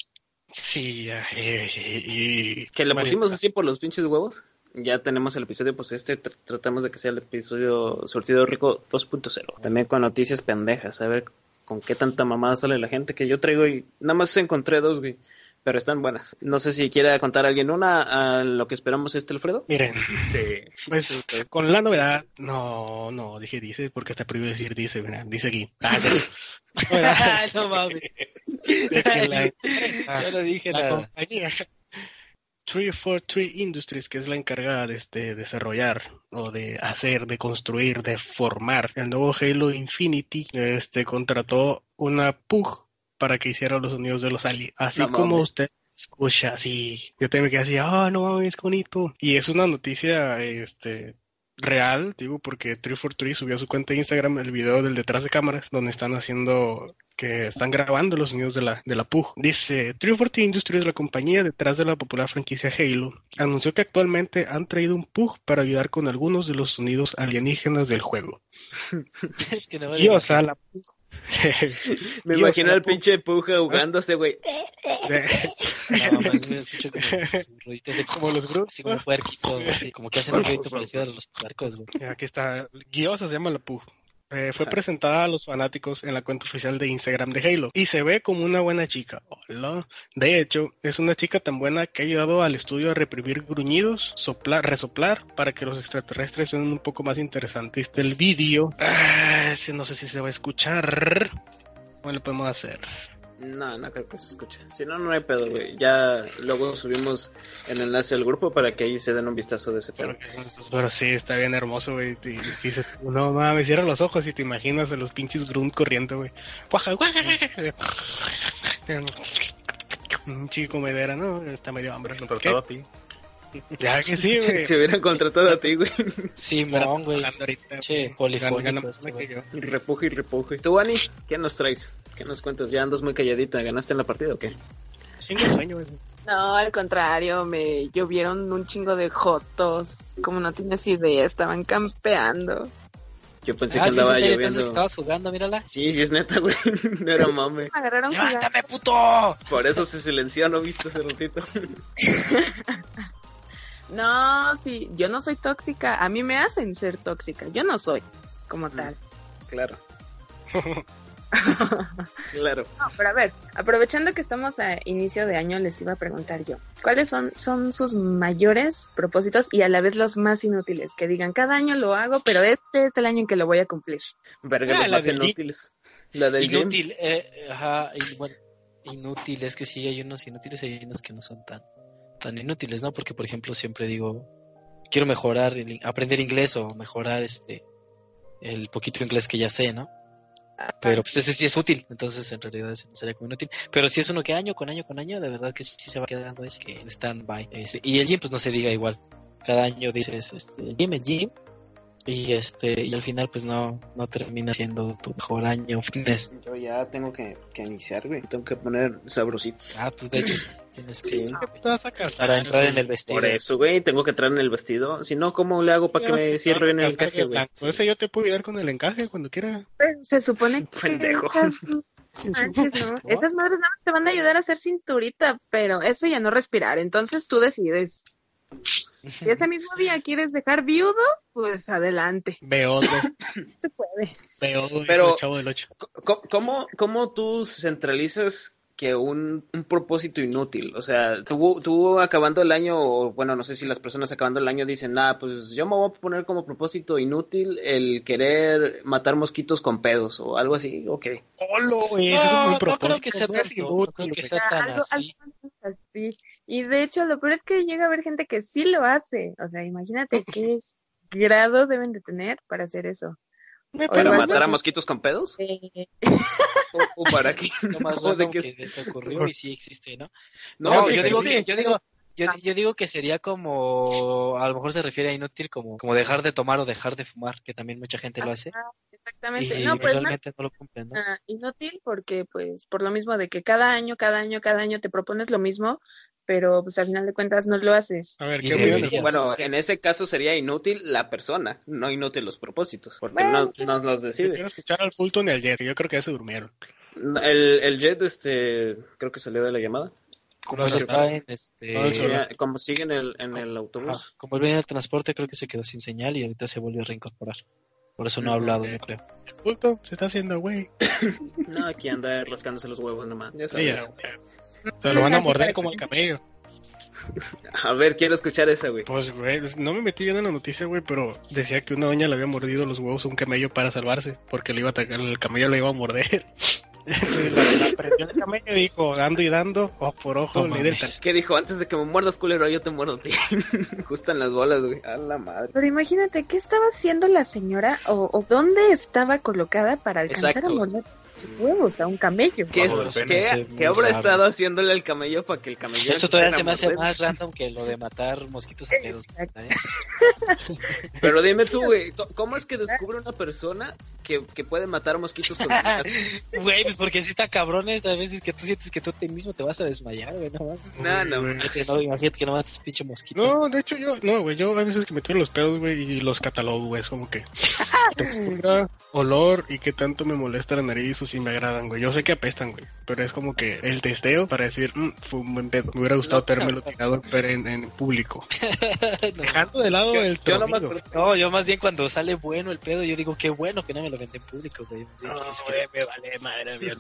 E: Sí, ay, y, y-
B: Que le
E: Mario-
B: pusimos así por los pinches huevos. Ya tenemos el episodio, pues este tr- tratamos de que sea el episodio Surtido Rico 2.0. También con noticias pendejas, a ver con qué tanta mamada sale la gente que yo traigo y nada más encontré dos, güey. Pero están buenas. No sé si quiera contar alguien una a lo que esperamos este Alfredo.
E: Miren,
D: Sí.
E: pues con la novedad, no, no, dije dice, porque está prohibido decir dice, mira, dice aquí. Ah, sí.
C: Ah, no mames.
E: De que la empresa-
C: Yo no dije
E: la
C: nada.
E: compañía 343 Industries, que es la encargada de este, desarrollar o de hacer, de construir, de formar el nuevo Halo Infinity, este contrató una PUG para que hiciera los sonidos de los aliens. Así
B: No
E: como
B: mames.
E: usted escucha, así, yo también quedé así, ah, no mames, qué bonito. Y es una noticia, este, real, digo, porque 343 subió a su cuenta de Instagram el video del detrás de cámaras, donde están haciendo que están grabando los sonidos de la, de la PUG. Dice, 343 Industries, la compañía detrás de la popular franquicia Halo, anunció que actualmente han traído un PUG para ayudar con algunos de los sonidos alienígenas del juego.
C: Es que no me
E: Y o
C: digas.
E: sea, la PUG...
B: Me
E: Dios,
B: imagino
E: la
B: al
E: pu-
B: pinche puja ahogándose, güey.
C: No, más me escucho como su ruidito así
E: Como los brujos,
C: Así como un puerquito, güey, así como que hacen un ruidito parecido a los puercos, güey.
E: Eh, Aquí está. Guiosa se llama la PUG. Eh, fue presentada a los fanáticos en la cuenta oficial de Instagram de Halo y se ve como una buena chica. Hola. De hecho, es una chica tan buena que ha ayudado al estudio a reprimir gruñidos, soplar, resoplar para que los extraterrestres sean un poco más interesantes. Este el vídeo. Ah, ese no sé si se va a escuchar. ¿Cómo le podemos hacer?
B: No, no creo que se escuche. Si no, no hay pedo, güey. Ya luego subimos el enlace al grupo para que ahí se den un vistazo de ese tema.
E: Pero, pero sí, está bien hermoso, güey. Y- y dices, no mames, cierra los ojos y te imaginas a los pinches grunt corriendo, güey. Guaja, guaja. Un chico comedera, ¿no? Está medio hambre.
D: Contratado a ti.
E: ¿Qué? Ya que sí, güey.
B: Si hubieran contratado a ti, güey.
C: Simón, güey.
B: Ah,
C: Ah,
E: Hablando ahorita,
C: Che,
E: güey.
C: polifónico
E: Gana- gana
C: este,
E: más que yo.
B: Repuje y repuje. Tú, Ani, ¿qué nos traes? ¿Qué nos cuentas? Ya andas muy calladita. ¿Ganaste en la partida o qué?
E: Chingo sueño, güey.
G: No, al contrario, me llovieron un chingo de jotos. Como no tienes idea, estaban campeando.
B: Yo pensé
C: Ah,
B: que
C: sí, sí,
B: andaba
C: sí, entonces que
B: lloviendo.
C: estabas jugando, mírala.
B: Sí, sí, es neta, güey. No era mame.
G: Me agarraron jugando.
C: ¡Levántame, puto!
B: Por eso se silenció, ¿no viste hace ratito?
G: No, sí, yo no soy tóxica. A mí me hacen ser tóxica. Yo no soy como tal.
B: Claro. Claro.
G: No, pero a ver, aprovechando que estamos a inicio de año, les iba a preguntar yo, ¿cuáles son, son sus mayores propósitos y a la vez los más inútiles? Que digan, cada año lo hago, pero este es el año en que lo voy a cumplir.
B: Verga,
E: Ah,
B: los
E: la
B: más
E: del gym.
B: inútiles. La del gym.
C: Inútil, eh, ajá, y bueno, inútil, es que sí, hay unos inútiles y hay unos que no son tan, tan inútiles, ¿no? Porque, por ejemplo, siempre digo, quiero mejorar, el in- aprender inglés o mejorar este, el poquito inglés que ya sé, ¿no? Pero pues ese sí es útil, entonces en realidad ese no sería como inútil. Pero si es uno que año con año con año, de verdad que sí se va quedando es que en stand-by. Este, y el gym pues no se diga igual. Cada año dices, este, el gym, el gym. Y este, y al final pues no, no termina siendo tu mejor año fitness.
B: Yo ya tengo que, que iniciar, güey. Tengo que poner sabrosito.
C: Ah, pues de hecho sí, tienes que
B: Sí.
E: ¿Qué te vas a casar,
C: para entrar en el
E: güey?
C: vestido.
B: Por eso, güey, tengo que traer en el vestido. Si no, ¿cómo le hago para que me cierre bien el
E: Te vas a
B: encaje,
E: casar de
B: güey?
E: blanco. Ese yo te puedo ayudar con el encaje cuando quiera.
G: Pero Pues, se supone que
B: Pendejo.
G: esas, manches, ¿no? Esas madres nada más te van a ayudar a hacer cinturita, pero eso ya no respirar, entonces tú decides. Si ese mismo día quieres dejar viudo, pues adelante.
E: Beodo,
G: Se puede.
E: Beodo,
B: Pero-
E: el chavo del 8.
B: Co- ¿Cómo, cómo tú centralizas que un, un propósito inútil? O sea, tú, tú acabando el año, o bueno, no sé si las personas acabando el año dicen, ah, pues yo me voy a poner como propósito inútil el querer matar mosquitos con pedos o algo así, ok.
E: ¡Holo, güey!
C: No,
E: Eso es un
C: no creo
E: propósito.
C: que sea
E: no es
C: tanto,
E: inútil,
C: no creo que
E: güey.
C: sea tan
G: algo-
C: así.
G: algo así. Y de hecho, lo peor es que llega a haber gente que sí lo hace. O sea, imagínate qué grado deben de tener para hacer eso.
E: Me
B: ¿Para
G: Oigan,
B: matar a mosquitos con pedos?
G: pues, Eh,
B: ¿O, o para qué?
C: Lo más
B: No, de
C: random
B: que-
C: que te ocurrió y sí existe, ¿no?
B: No,
C: No,
B: sí, pues
C: yo,
B: sí,
C: digo
B: sí.
C: que, yo digo yo, yo digo que sería como a lo mejor se refiere a inútil como como dejar de tomar o dejar de fumar, que también mucha gente lo hace
G: ajá,
C: y,
G: exactamente. No, pues más
C: realmente no lo cumplen, ¿no?
G: ah, inútil porque, pues, por lo mismo de que cada año, cada año, cada año te propones lo mismo, pero pues al final de cuentas no lo haces.
E: A ver,
C: Y
E: ¿qué opinan?
C: deberías.
E: de-
B: Bueno, en ese caso sería inútil la persona, no inútil los propósitos, porque
G: Bueno,
B: no, no los
E: Yo
B: decide.
E: quiero escuchar al Fulton y al Jerry. Yo creo que ya se durmieron.
B: El, el Jet, este, creo que salió de la llamada.
C: Como
E: no,
C: lo
E: no,
C: está en este
E: no, no, no.
B: Ya, Eh, Como sigue en el, en el
C: ajá,
B: autobús.
C: como él venía en el transporte creo que se quedó sin señal y ahorita se volvió a reincorporar. Por eso no ha hablado, yo creo.
E: El Fulton se está haciendo, güey.
B: No, aquí anda rascándose los huevos nomás. Ya
E: Sí, ya,
B: sabes.
E: güey. Se lo van a
G: Así
E: morder
G: para-
E: como al camello.
B: A ver, quiero escuchar esa, güey.
E: Pues, güey, no me metí bien en la noticia, güey, pero decía que una doña le había mordido los huevos a un camello para salvarse, porque le iba a atacar, el camello le iba a morder. la, la prendió el camello y dijo, dando y dando, ojo por ojo,
C: No
E: le di del
C: mames.
B: ¿Qué dijo? Antes de que me muerdas, culero, yo te muerdo a ti. Gustan las bolas, güey. A la madre.
G: Pero imagínate, ¿qué estaba haciendo la señora o, o dónde estaba colocada para alcanzar
B: Exacto.
G: a morder sus huevos a un camello?
B: ¿Qué,
C: Bajo
B: es-
C: de
B: qué-
C: pena, sí,
B: qué
C: muy
B: habrá
C: raro.
B: estado haciéndole al camello para que el camello...
C: Esto todavía
B: empezara
C: se me
B: a
C: hace
B: morder?
C: más random que lo de matar mosquitos a pedos.
G: Exacto.
C: ¿eh?
B: Pero dime tú, güey, ¿co- ¿cómo es que descubre una persona que, que puede matar mosquitos con
C: Güey, pues porque si está cabrones, a veces que tú sientes que tú te mismo te vas a desmayar, güey, no mames.
B: No, no,
E: güey.
C: Imagínate, no, imagínate que no mates pinche mosquito.
E: No, de hecho yo, no, güey, yo a veces que me tiro los pedos, güey, y los catalogo, güey, es como que textura, olor y qué tanto me molesta la nariz o si me agradan, güey. Yo sé que apestan, güey, pero es como que el testeo para decir, mm, fue un buen pedo. Me hubiera gustado
C: No,
E: tenerlo
C: no.
E: tirado pero en, en público.
C: No.
E: Dejando de lado
B: Yo-
E: el
B: yo no me
E: tromillo.
B: acuerdo.
C: No, yo más bien cuando sale bueno el pedo, yo digo, qué bueno que no me lo vendé en público, güey. Sí, es que-
E: me vale madre mía.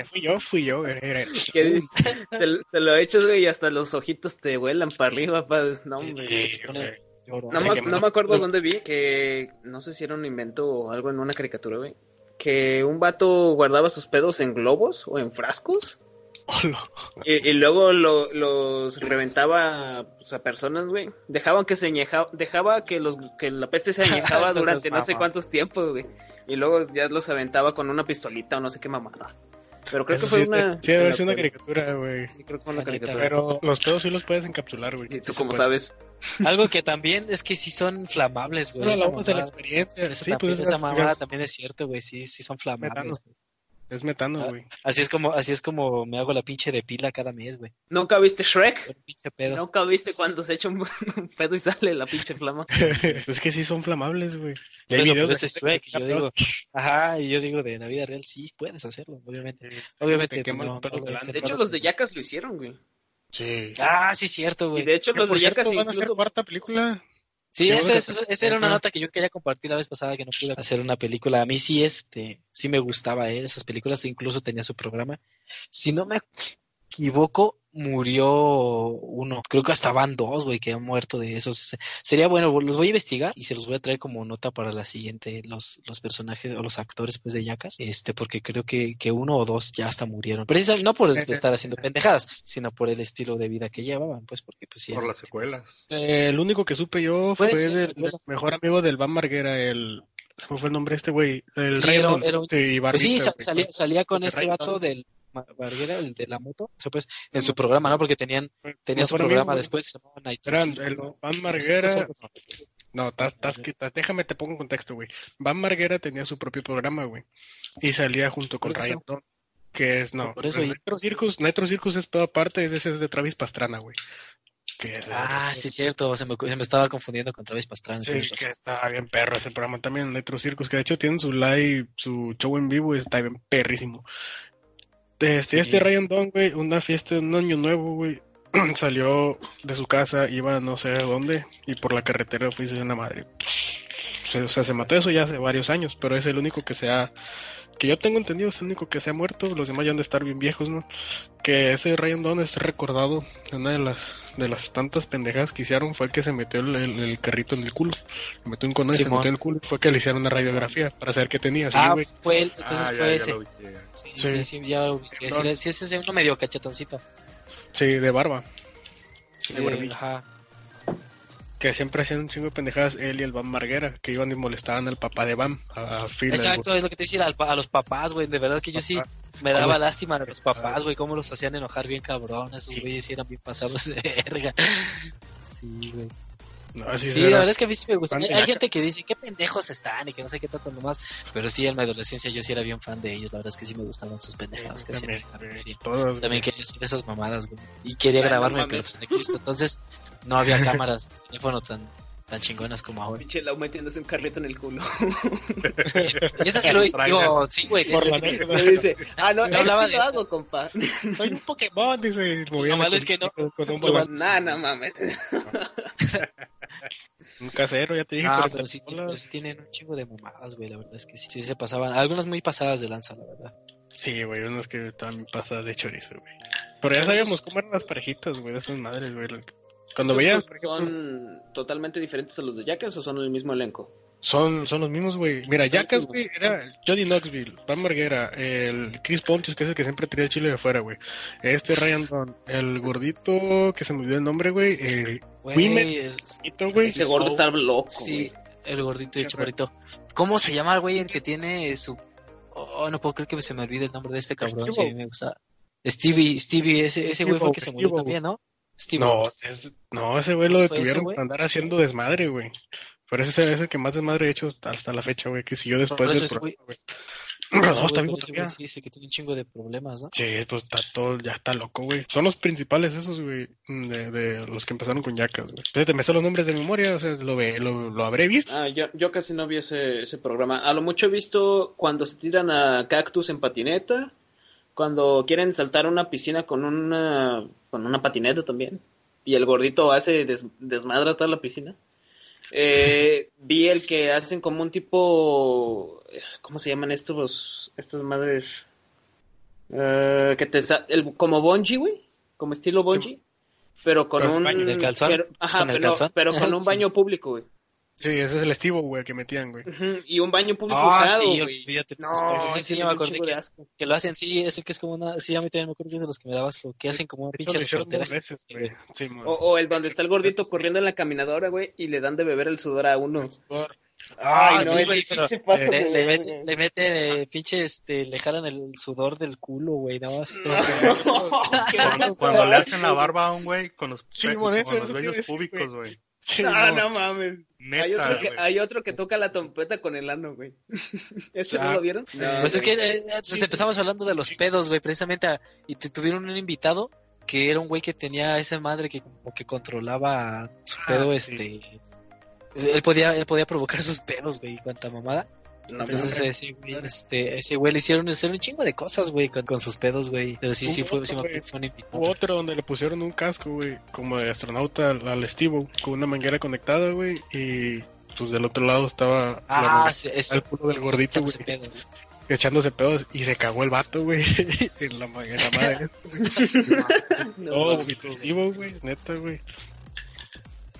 E: Eh, fui yo, fui yo. eh, eh, eh.
B: ¿Qué dices? Te, te lo echas, güey, y hasta los ojitos te vuelan para arriba, pa. No, hombre.
C: se te pone- lloro.
B: No,
E: Sí,
B: me-
E: que me
B: no
E: lo-
B: me acuerdo
E: lo-
B: dónde vi que no sé si era un invento o algo en una caricatura, güey. Que un vato guardaba sus pedos en globos o en frascos
E: Hola.
B: y, y luego lo- los reventaba pues, a personas, güey. Dejaban que se añeja- dejaba que los que la peste se añejaba
C: No seas
B: durante no sé
C: mamón.
B: cuántos tiempos, güey. Y luego ya los aventaba con una pistolita o no sé qué mamada. Pero creo
E: Eso
B: que fue
E: sí,
B: una
E: Sí, debe haber sido una caricatura, güey.
B: Sí, creo que fue una
C: Neta,
B: caricatura.
E: Pero los pedos sí los puedes encapsular, güey.
B: Y tú
E: Sí,
B: como
E: güey.
B: sabes.
C: Algo que también es que sí son flamables, güey.
E: Bueno,
C: esa
E: hablamos de la
C: mamada.
E: experiencia.
C: Eso
E: Sí,
C: también-
E: pues es
C: esa mamada
E: gas-
C: también es cierto, güey. Sí, sí son
E: Metano.
C: flamables. güey.
E: es metano,
C: Ah.
E: güey.
C: Así es como, así es como me hago la pinche de pila cada mes, güey.
B: ¿Nunca viste Shrek?
C: Un pinche pedo.
B: ¿Nunca viste cuando se echa un un pedo y sale la pinche flama?
E: es que sí son flamables, güey. Y
C: Por
E: hay
C: eso,
E: videos
C: pero este
E: de-
C: es Shrek, y yo digo, ajá, y yo digo de la vida real, sí, puedes hacerlo, obviamente. Obviamente,
E: Te
C: pues,
E: queman
C: no,
E: los pelos delante.
B: De hecho, los de Yacas lo hicieron, güey.
E: Sí.
C: Ah, sí, cierto,
B: Y
C: güey.
B: de hecho,
E: Que,
B: los
E: por
B: de Yacas
E: cierto, van a hacer
B: incluso...
E: cuarta película.
C: Sí,
E: Qué
C: esa,
E: bueno
C: esa-
E: que-
C: esa era una
E: Ajá.
C: nota que yo quería compartir la vez pasada que no pude hacer una película. A mí sí, este, sí me gustaba eh, esas películas, incluso tenía su programa. Si no me equivoco, murió uno. Creo que hasta van dos, güey, que han muerto de esos. Sería bueno, los voy a investigar y se los voy a traer como nota para la siguiente, los, los personajes o los actores pues de Yacas, este, porque creo que, que uno o dos ya hasta murieron. Precisamente no por estar haciendo pendejadas, sino por el estilo de vida que llevaban, pues porque pues sí.
D: Por
C: eran
D: las
C: tipos-
D: secuelas. Ah,
E: Eh, el único que supe yo fue
C: Puede ser,
E: del,
C: Pues, sí,
E: del
C: bueno.
E: mejor amigo del Van Marguera, el. ¿Cómo fue el nombre de este güey? El
C: Sí, era-
E: Raymond.
C: era un-
E: Sí,
C: Pues sí,
E: Barrita,
C: sa-
E: güey.
C: salía, salía con
E: Porque
C: este
E: Ray
C: vato
E: Donovan-
C: del Ma- Barguera, el de la moto, o sea, pues, en su programa, ¿no? Porque tenían, tenía
E: Mejor
C: su programa
E: amigo,
C: después, se llamaba Night
E: Eran
C: City,
E: el
C: ¿no?
E: Van
C: Sí,
E: Marguera.
C: pues,
E: No, tas, tas- que- tas- déjame te pongo en contexto, güey. Van Marguera tenía su propio programa, güey. Y salía junto con
C: Creo que sí.
E: Ryan Don, que es, no.
C: Por eso, y-
E: el Nitro Circus, Nitro Circus es pedo aparte, ese es de Travis Pastrana, güey. Que es
C: Ah, sí, es cierto, se me, se me estaba confundiendo con Travis Pastrana.
E: Sí,
C: tienes
E: que
C: razón.
E: está bien perro ese programa también, Nitro Circus, que de hecho tienen su live, su show en vivo y está bien perrísimo. Este,
C: Sí.
E: este Ryan Don, güey, una fiesta, un año nuevo, güey, salió de su casa, iba no sé a dónde, y por la carretera fue y se dio en la madre. Se- o sea, se mató eso ya hace varios años, pero es el único que se ha, que yo tengo entendido, es el único que se ha muerto, los demás ya han de estar bien viejos, ¿no? Que ese Ryan Don es recordado, una de las, de las tantas pendejadas que hicieron fue el que se metió el, el- el carrito en el culo, le metió un cono y se
C: Simón.
E: metió en el culo, fue que le hicieron una radiografía para saber qué tenía, sí,
C: ah,
E: güey.
C: fue él, entonces
D: Ah, ya,
C: fue
D: ya
C: ese.
D: lo ubiqué.
C: Sí,
E: Sí.
C: sí, sí, ya lo ubiqué. Sí,
E: Perdón.
C: sí, ese es uno medio cachetoncito.
E: sí, de barba.
C: Sí,
E: de barbilla.
C: ajá.
E: que siempre hacían un chingo de pendejadas él y el Van Marguera, que iban y molestaban al papá de Van, a, a Phil,
C: Exacto, es lo que te decía, al pa- a los papás, güey. De verdad que yo sí me
E: ¿Cómo
C: daba
E: es?
C: lástima a los papás, güey, cómo los hacían enojar bien cabrón. Esos güeyes sí eran bien pasados de verga. Sí, güey.
E: No, así
C: Sí,
E: era.
C: la verdad es que a mí sí me gusta.
E: fan
C: Hay,
E: de
C: hay
E: la-
C: gente que dice, qué pendejos están y que no sé qué tanto nomás. Pero sí, en mi adolescencia yo sí era bien fan de ellos. La verdad es que sí me gustaban sus pendejadas que hacían.
E: También,
C: en la
E: eh,
C: feria.
E: todas, güey.
C: También quería hacer esas mamadas, güey. Y quería
D: Ay, no
C: grabarme, pero
D: mames.
C: pues en Cristo. Entonces no había cámaras de teléfono tan, tan chingonas como ahora.
B: Pinche Lau metiéndose un carrito en el culo.
C: Y esas sí lo digo, sí, güey.
E: Por
C: ese-
E: la
B: Le
E: anécdota.
B: dice, ah, no,
C: No
B: no
C: hablaba
B: sí
C: de-
B: lo hago, compa.
E: Soy un Pokémon, dice. y movían
C: Lo
E: la
C: malo es que no-
E: con- con un,
C: lo
E: balón.
C: malo-
B: Nah, no mames.
E: Un casero, ya te dije.
C: Ah,
E: pero
C: pero
E: te-
C: sí, pero sí tienen un chingo de mamadas, güey. La verdad es que sí, sí se pasaban. Algunas muy pasadas de lanza, la verdad.
E: Sí, güey, unos que estaban pasadas de chorizo, güey. Pero ya sabíamos cómo eran las parejitas, güey, de esas madres, güey. Cuando veías,
B: ¿Estos
E: por ejemplo,
B: ¿Son totalmente diferentes a los de Jackass o son el mismo elenco?
E: son, son los mismos, güey. Mira,
B: Son
E: Jackass,
B: los
E: güey, era Johnny Knoxville, Van Marguera, el Chris Pontius, que es el que siempre traía el chile de afuera, güey. Este Ryan Don, el gordito, que se me olvidó el nombre, güey. El Women.
C: Güey, es-
E: gordito, güey.
B: Ese gordo está loco,
C: sí,
B: güey.
C: el gordito y el
E: Sí,
C: chaparrito. ¿Cómo se llama el güey el que tiene su. Oh, no puedo creer que se me olvide el nombre de este cabrón.
E: Steve-O.
C: Sí, me gusta. Stevie, Stevie, ese, ese güey fue el que se murió
E: Steve-O.
C: también, ¿no? Stevie.
E: No, es- no, ese güey lo
C: ¿Fue ese
E: detuvieron
C: güey?
E: por andar haciendo desmadre, güey. Pero ese es el que más desmadre he hecho hasta, hasta la fecha, güey, que siguió después
C: eso
E: del
C: ese
E: programa, güey. Los dos están
C: Güey, pero
E: vivo
C: ese
E: todavía.
C: güey Sí, sí, que tiene un chingo de problemas, ¿no?
E: Sí, pues está todo, ya está loco, güey. Son los principales esos, güey, de, de los que empezaron con yacas, güey. Entonces, te me sé los nombres de memoria, o sea, lo, ve- lo, lo habré visto.
B: Ah, yo, yo casi no vi ese, ese programa. A lo mucho he visto cuando se tiran a cactus en patineta, cuando quieren saltar a una piscina con una, con una patineta también, y el gordito hace des- desmadra toda la piscina. Eh, vi el que hacen como un tipo, ¿cómo se llaman estos, estas madres? Eh, que te sa- el, como bungee, güey, como estilo bungee, pero con
E: Con
B: un
E: baño
C: del calzón,
B: pero- ajá,
C: con el
B: pero-
C: calzón.
B: pero con un
C: Sí.
B: baño público, güey.
E: Sí, ese es el estivo, güey, que metían, güey.
B: Ujú, Y un baño público
C: Ah,
B: usado,
C: sí,
B: güey.
C: olvídate.
B: No,
C: Pues, sí,
B: ese
C: sí,
B: me
C: yo
B: dio
C: me
B: un
C: acordé
B: chingo de
C: que,
B: asco.
C: que lo hacen, sí, es el que es como una, sí, a mí también me acuerdo que es de los que me dabas, que hacen como una
E: De
C: pinche
E: hecho, lo hicieron
C: resortera.
E: dos veces, güey. Sí, güey.
B: O, o el donde está el gordito corriendo en la caminadora, güey, y le dan de beber el sudor a uno.
E: Ay,
C: Ah,
E: no,
C: sí,
E: ese
C: güey,
E: sí
C: pero-
E: se
C: Le,
E: pasa,
C: le,
E: güey.
C: mete- le mete, eh, pinche, este, le jalan el sudor del culo, güey, nada más. este,
D: Cuando, cuando le hacen la barba a un güey con los,
E: Sí,
D: pe-
E: bueno, eso-
D: con los
E: eso te iba a
D: vellos
E: decir,
D: públicos, güey.
E: Sí,
B: Ah,
E: no.
B: no mames. Hay
D: Neta,
B: otro, que,
D: güey.
B: hay otro que toca la trompeta con el ano, güey. ¿Ese
E: Ah,
B: no lo vieron? No,
C: Pues es que
B: güey.
C: eh, eh, pues empezamos hablando de los pedos, güey, precisamente, a- y te tuvieron un invitado que era un güey que tenía esa madre que como que controlaba su pedo,
E: Ah, sí.
C: este, él podía, él podía provocar sus pedos, güey, y cuanta mamada.
E: Ah,
B: No,
C: Entonces
B: mames.
C: ese güey, este, ese güey le hicieron hacer un chingo de cosas, güey, con, con sus pedos, güey. Pero sí, sí
E: Hubo
C: fue,
E: otro,
C: sí me acuerdo
E: güey.
C: que fue un
E: Hubo
C: invitado.
E: otro donde le pusieron un casco, güey, como de astronauta al, al estivo, con una manguera conectada, güey, y pues del otro lado estaba la
C: Ah,
E: manguera
C: sí, es
E: al culo del gordito,
C: echándose
E: güey.
C: pedo, güey.
E: echándose pedos y se cagó el vato, güey. en la, ma- en la madre.
B: No,
E: No,
B: mames.
E: vomitativo, güey. Neta, güey.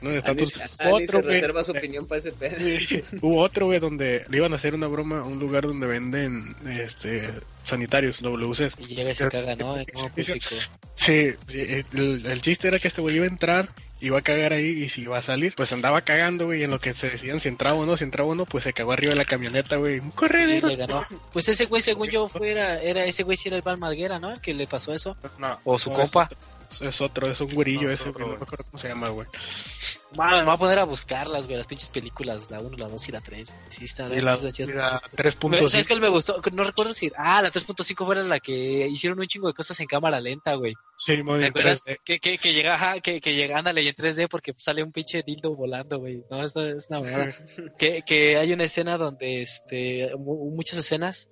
E: No, de
B: Ani,
E: tantos.
B: Ani
E: Otro,
B: se
E: güey.
B: reserva su opinión para ese pedo.
E: Hubo otro, güey, donde le iban a hacer una broma a un lugar donde venden este sanitarios, WCs.
C: Y llega y se caga, ¿no? En modo público.
E: Sí, sí, el, el chiste era que este güey iba a entrar, iba a cagar ahí y si iba a salir, pues andaba cagando, güey, y en lo que se decían si entraba o no, si entraba o no, pues se cagó arriba de la camioneta, güey. Un
C: Y
E: corredero.
C: le ganó. Pues ese güey, según yo, fuera, era ese güey, sí era el Val Marguera, ¿no? El que le pasó eso.
D: No,
C: O su
E: No,
C: compa.
E: Es, es otro, es un güerillo
D: No, es
E: ese,
D: otro,
E: güey, no me
D: güey.
E: acuerdo cómo se llama, güey.
C: Madre, me voy a poner a buscarlas, güey, las pinches películas, la 1, la 2 y la 3. Sí, está
E: Y la,
C: sí está chida.
E: y la
C: Me- ¿Sabes
E: 3.5.
C: cuál me gustó? No recuerdo si. Ah, la 3.5 fuera la que hicieron un chingo de cosas en cámara lenta, güey.
E: Sí, eh, muy
C: ¿Te
E: bien,
C: acuerdas?
E: 3D.
C: Que, que, que llega, ajá, que, que llega, ándale, y en 3D porque sale un pinche dildo volando, güey. No, es, es una mamada. que, que hay una escena donde, este, mu- muchas escenas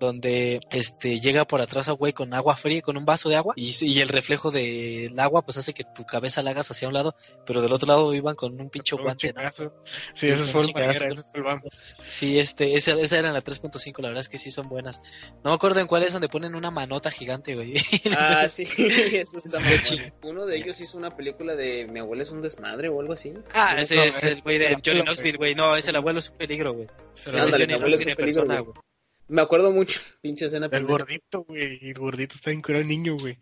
C: donde este llega por atrás a un güey con agua fría, con un vaso de agua, y, y el reflejo del agua pues hace que tu cabeza la hagas hacia un lado, pero del otro lado iban con un pinche
E: Un
C: guante, ¿no?
E: chingazo. Sí, eso
C: un
E: fue el
C: chingazo.
E: manera, eso fue el bam.
C: Sí, este, esa, esa era la 3.5, la verdad es que sí son buenas. No me acuerdo en cuál es donde ponen una manota gigante, güey.
B: Ah, sí, eso está
C: Sí,
B: muy
C: ching-
B: bueno. Uno de ellos hizo una película de Mi abuelo es un desmadre o algo así.
C: Ah,
E: No,
C: ese
E: no,
C: es
E: es-
C: el güey de
E: era-
C: Johnny Knoxville, güey. No, es el abuelo es un peligro, güey.
E: Se lo
C: Es
B: Ándale,
C: el
E: dan
B: el
C: Johnny
B: abuelo es
C: Knoxville
B: un
C: en
B: peligro,
C: persona,
B: güey.
C: güey.
B: Me acuerdo mucho, pinche escena.
E: El
B: pendeja.
E: gordito, güey. El gordito está bien curado el niño, güey.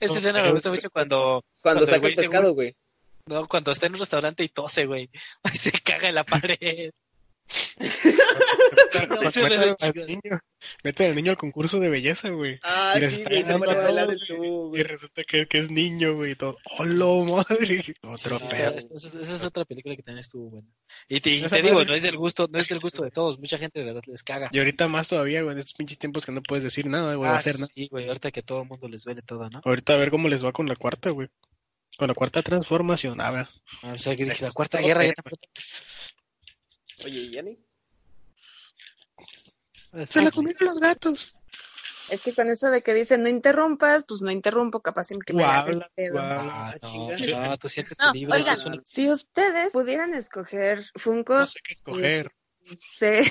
C: Esa escena me gusta mucho cuando,
B: Cuando
C: Cuando el
B: saca
C: güey
B: el
C: se
B: pescado, güey.
C: no, cuando está en un restaurante y tose, güey. Ay, Se caga en la pared. No, ese me da un
E: Meten al
C: chingo.
E: niño. Meten al niño al concurso de belleza, güey.
B: Ah,
E: Y les
B: sí,
E: está
B: güey, se
E: ganando
B: pone a
E: a
B: bailar el
E: todos,
B: tubo,
E: Y
B: güey.
E: resulta que, que es niño, güey. y Todo. ¡Hola, madre! Otro
C: Sí, sí,
E: pedo.
C: esa- esa esa es otra película que también estuvo buena. Y te, y
E: Esa
C: te
E: madre-
C: digo, no es del gusto, no es del gusto de todos. Mucha gente de verdad les caga.
E: Y ahorita más todavía, güey. En estos pinches tiempos que no puedes decir nada, güey. o
C: Ah,
E: hacer nada.
C: sí, güey, ahorita que todo el mundo les duele todo, ¿no?
E: Ahorita a ver cómo les va con la cuarta, güey. Con la cuarta transformación. A ver.
C: Ah, O sea, que dije, la cuarta guerra ya tampoco-
B: Oye, ¿y Yanni.
E: Se la comieron los gatos.
G: Es que con eso de que dicen no interrumpas, pues no interrumpo, capaz sin que me la hacen
E: Guabla,
G: pedo.
E: guabla.
C: Ah, no,
B: Chinga.
C: no, tú siéntete
G: No,
C: libre.
G: oigan.
C: esto es una-
G: Si ustedes pudieran escoger
B: Ah,
E: No
G: Funkos,
E: sé qué escoger.
G: se-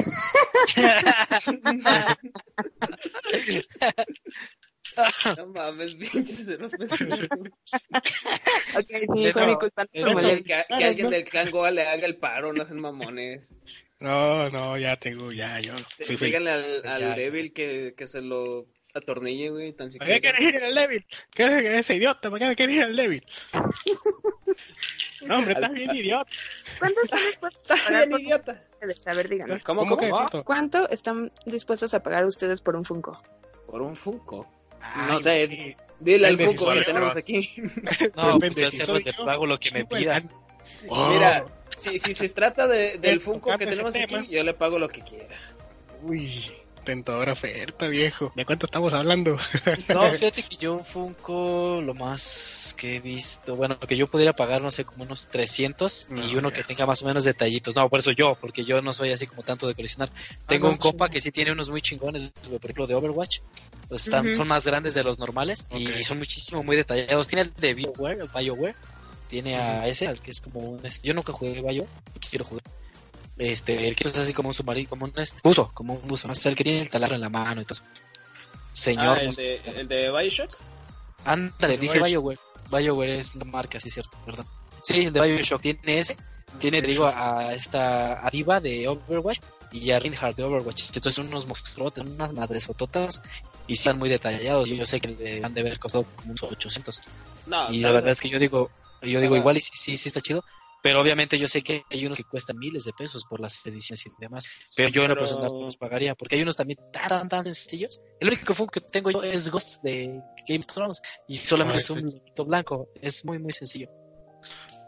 B: No mames, pinche escena. pendeja.
G: Ok, sí,
C: Pero-
G: fue mi culpa. no
C: pero-
G: me molé.
B: Que, que alguien del Cangoa le haga el paro, no hacen mamones.
E: No, no, ya tengo, ya, yo soy feliz.
B: Díganle al, al
E: Ya, ya.
B: débil que, que se lo atornille, güey, tan
E: ¿Para qué
B: siquiera.
E: quieres ir al débil? ¿Qué eres ese idiota? ¿Para qué quieres ir al débil? No, hombre, estás bien idiota.
G: ¿Cuánto están dispuestos a pagar por ustedes? A ver, díganme.
B: ¿Cómo, cómo?
E: ¿Cómo que foto?
G: ¿Cuánto están dispuestos a pagar ustedes por un Funko?
B: Por un Funko.
E: Ay,
B: No sé.
E: sí.
B: Dile al
E: Depende si
B: Funko que
E: soy yo.
B: tenemos aquí.
C: No, pues
E: Depende
C: yo
E: si
C: hacerlo
E: soy
C: te
E: yo,
C: pago lo que me
E: güey.
C: pidas.
E: Oh.
B: Mira, si, si se trata de, del
E: Pero
B: Funko que
E: tocando ese
B: tenemos
E: tema.
B: aquí, yo le pago lo que quiera.
E: Oh, Uy, tentadora oferta, viejo. ¿De cuánto estamos hablando?
C: No, fíjate que yo un Funko, lo más que he visto, bueno, lo que yo pudiera pagar, no sé, como unos 300
E: No,
C: y uno
E: viejo.
C: que tenga más o menos detallitos. No, por eso yo, porque yo no soy así como tanto de coleccionar. Tengo
E: no,
C: un compa que sí tiene unos muy chingones, güey, por ejemplo, de Overwatch. Pues están,
G: Ujú.
C: Son más grandes de los normales
E: Ok.
C: y son muchísimo, muy detallados. Tiene el de BioWare, el BioWare. Tiene a ese, al que es como un... este, Yo nunca jugué BioWare, quiero jugar. Este, el que es así como un submarino, como un este, buzo, como un buzo. ¿no? O sea, el que tiene el taladro en la mano y todo eso. Señor,
B: Ah,
C: no
B: el
C: sé.
B: de, el de Bioshock.
C: Ándale,
E: El
C: dije
E: Bioshock.
C: BioWare. BioWare es la marca, sí, cierto, perdón. Sí, el de BioShock tiene ese. Tiene, te digo, a esta a Diva de Overwatch y a Reinhardt de Overwatch. Entonces son unos monstruotes, unas madresototas y sí están muy detallados. Yo sé que le han de haber costado como unos 800.
B: No,
C: Y
B: ¿sabes?
C: la verdad es que yo digo, yo digo
B: Ah.
C: igual y sí, sí, sí está chido. Pero obviamente yo sé que hay unos que cuestan miles de pesos por las ediciones y demás. Pero yo en lo
B: Pero-
C: personal no los pagaría. Porque hay unos también tan, tan sencillos. El único funk que tengo yo es Ghost de Game of Thrones. Y solamente
E: Ay,
C: es un
E: sí.
C: lobito blanco. Es muy, muy sencillo.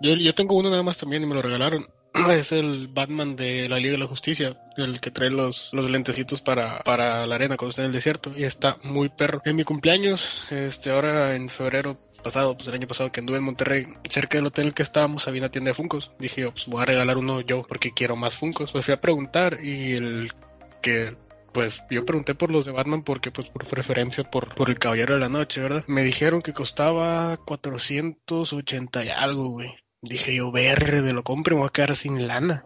E: Yo, yo tengo uno nada más también y me lo regalaron. Es el Batman de la Liga de la Justicia, el que trae los, los lentecitos para, para la arena cuando está en el desierto. Y está muy perro. En mi cumpleaños, este, ahora en febrero pasado, pues el año pasado que anduve en Monterrey, cerca del hotel que estábamos había una tienda de Funcos. Dije, yo, pues voy a regalar uno yo porque quiero más Funcos. Pues fui a preguntar y el que pues yo pregunté por los de Batman porque pues por preferencia por, por el Caballero de la Noche, ¿verdad? Me dijeron que costaba 480 y algo, güey. Dije yo, verde, lo compro y me voy a quedar sin lana.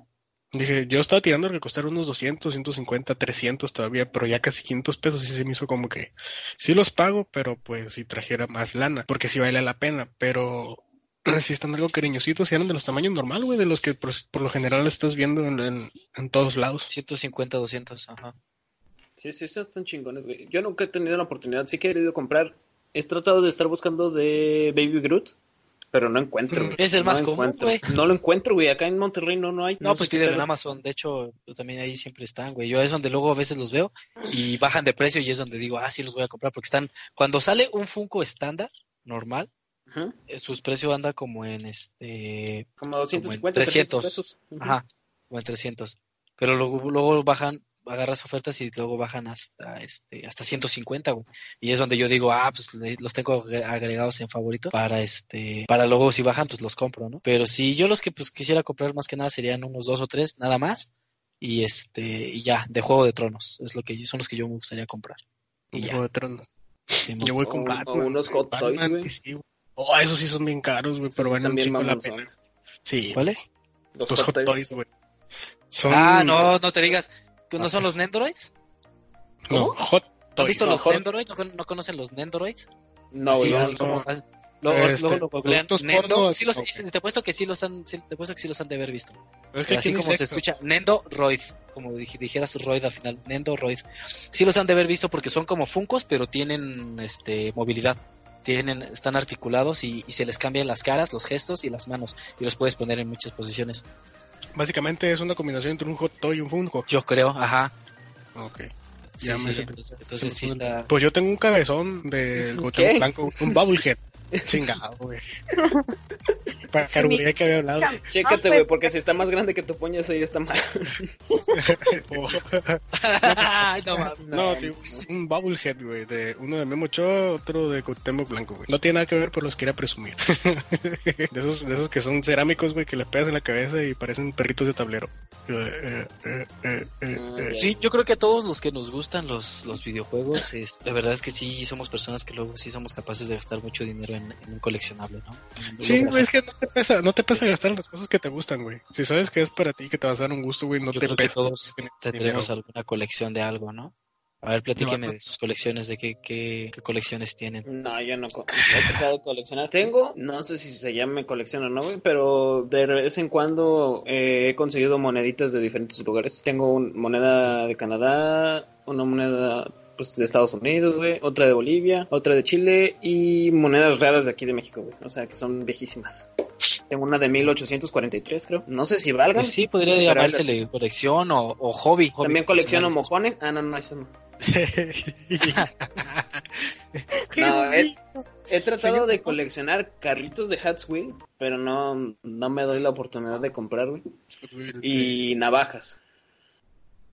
E: Dije, yo estaba tirando que costara unos 200, 150, 300 todavía, pero ya casi 500 pesos y se me hizo como que sí los pago, pero pues si trajera más lana, porque sí vale la pena, pero si están algo cariñositos, si eran de los tamaños normal, güey, de los que por, por lo general estás viendo en- en- en todos lados.
C: 150, 200. Ajá.
B: Sí, sí, sí, están chingones, güey. Yo nunca he tenido la oportunidad, sí que he querido comprar. He tratado de estar buscando de Baby Groot, pero no encuentro. güey.
C: Es el
B: No
C: más común,
B: encuentro.
C: güey.
B: No lo encuentro, güey. Acá en Monterrey no, no hay.
C: No, pues
B: sé qué
C: pídelo en
B: pedo.
C: Amazon. De hecho, yo también ahí siempre están, güey. Yo es donde luego a veces los veo y bajan de precio y es donde digo, ah, sí los voy a comprar. Porque están, cuando sale un Funko estándar, normal,
B: Ajá.
C: eh, sus precios anda como en este,
B: Como 250,
C: 300.
B: 300 pesos. Ujú.
C: ajá, como en 300. Pero luego, luego bajan, agarras ofertas y luego bajan hasta este, hasta 150, güey. Y es donde yo digo, ah, pues le- los tengo agre- agregados en favorito para este, para luego si bajan, pues los compro, ¿no? Pero si yo los que pues quisiera comprar más que nada serían unos dos o tres, nada más. y este y ya, de Juego de Tronos. Es lo que yo- son los que yo me gustaría comprar. Y
E: Juego
C: ya.
E: de Tronos.
C: Sí, mo-
E: Yo voy
B: O-
E: con
B: o
E: Batman.
B: unos hot
E: Batman,
B: toys, güey.
E: y sí, güey. Oh, esos sí son bien caros, güey, pero
B: Esos
E: valen un
B: también
E: chingo la
B: mamonzones.
E: pena. Pues, Sí,
C: ¿Cuáles?
B: eh. Los
E: los
B: hot
E: Hot
B: toys.
E: Toys, güey. Son...
C: Ah, no, no te digas. ¿Que ¿No son los Nendoroids?
E: No, Hot
C: ¿Has
E: Toys.
C: visto
B: no,
C: los
B: Hot-
C: Nendoroids? ¿No, con- no conocen los Nendoroids?
B: No,
C: Sí,
B: güey. no,
C: así
B: no.
C: como- as- luego-
E: Este,
C: luego lo googlean.
E: productos
C: Nendo,
E: porno,
C: sí los-
E: ok.
C: sí, te apuesto que sí los han, sí, te apuesto que sí los han de haber visto.
E: Pero es que
C: así
E: aquí no hay
C: como se
E: sexo.
C: escucha, Nendo Roid, como dij- dijeras Roid al final, Nendo Roid. Sí los han de haber visto porque son como Funcos, pero tienen este movilidad. Tienen, están articulados y, y se les cambian las caras, los gestos y las manos. Y los puedes poner en muchas posiciones.
E: Básicamente es una combinación entre un Hot Toy y un Funko.
C: Yo creo, ajá.
E: Ok.
C: Sí,
E: Ya me
C: sí,
E: sé.
C: entonces, entonces sí está.
E: Pues yo tengo un cabezón del
B: ¿Qué?
E: Goteo Blanco, un Bubblehead. Chingado, güey. Para caruría que había hablado.
B: Chécate,
G: Ah,
B: güey,
G: pues-
B: porque si está más grande que tu puño, eso ya está mal.
E: Oh.
C: Ay, no mames.
E: No, sí, un Bubblehead, güey. De uno de Memo Ochoa, otro de Cuauhtémoc Blanco, güey. No tiene nada que ver, pero los quería presumir. de, esos, de esos que son cerámicos, güey, que les pegas en la cabeza y parecen perritos de tablero. Eh, eh, eh, eh, eh,
B: Ah,
E: eh.
B: ya.
C: Sí, yo creo que a todos los que nos gustan los, los videojuegos, es, la verdad es que sí somos personas que luego sí somos capaces de gastar mucho dinero en, en un coleccionable, ¿no?
E: Sí, pues, güey, es que no te pesa, no te pesa gastar en las cosas que te gustan, güey. Si sabes que es para ti, que te vas a dar un gusto, güey, no
C: Yo
E: te
C: creo que
E: pesa.
C: todos te tenemos
E: dinero.
C: alguna colección de algo, ¿no? A ver, platíqueme de sus colecciones, de qué, qué, qué colecciones tienen.
B: No, yo no co- he tratado de coleccionar. Tengo, no sé si se llame colección o no, güey, pero de vez en cuando eh, he conseguido moneditas de diferentes lugares. Tengo una moneda de Canadá, una moneda pues de Estados Unidos, güey, otra de Bolivia, otra de Chile y monedas raras de aquí de México, güey. O sea, que son viejísimas. Tengo una de 1843, creo. No sé si valga.
C: Pues sí, podría
B: Pero
C: llamársele colección o, o hobby. hobby
B: También colecciono
C: coleccionables.
B: mojones. Ah, no, no, eso no. No, he, he tratado de coleccionar carritos de Hats Wheel, pero no, no me doy la oportunidad de comprar, güey.
E: Y...
B: Y navajas.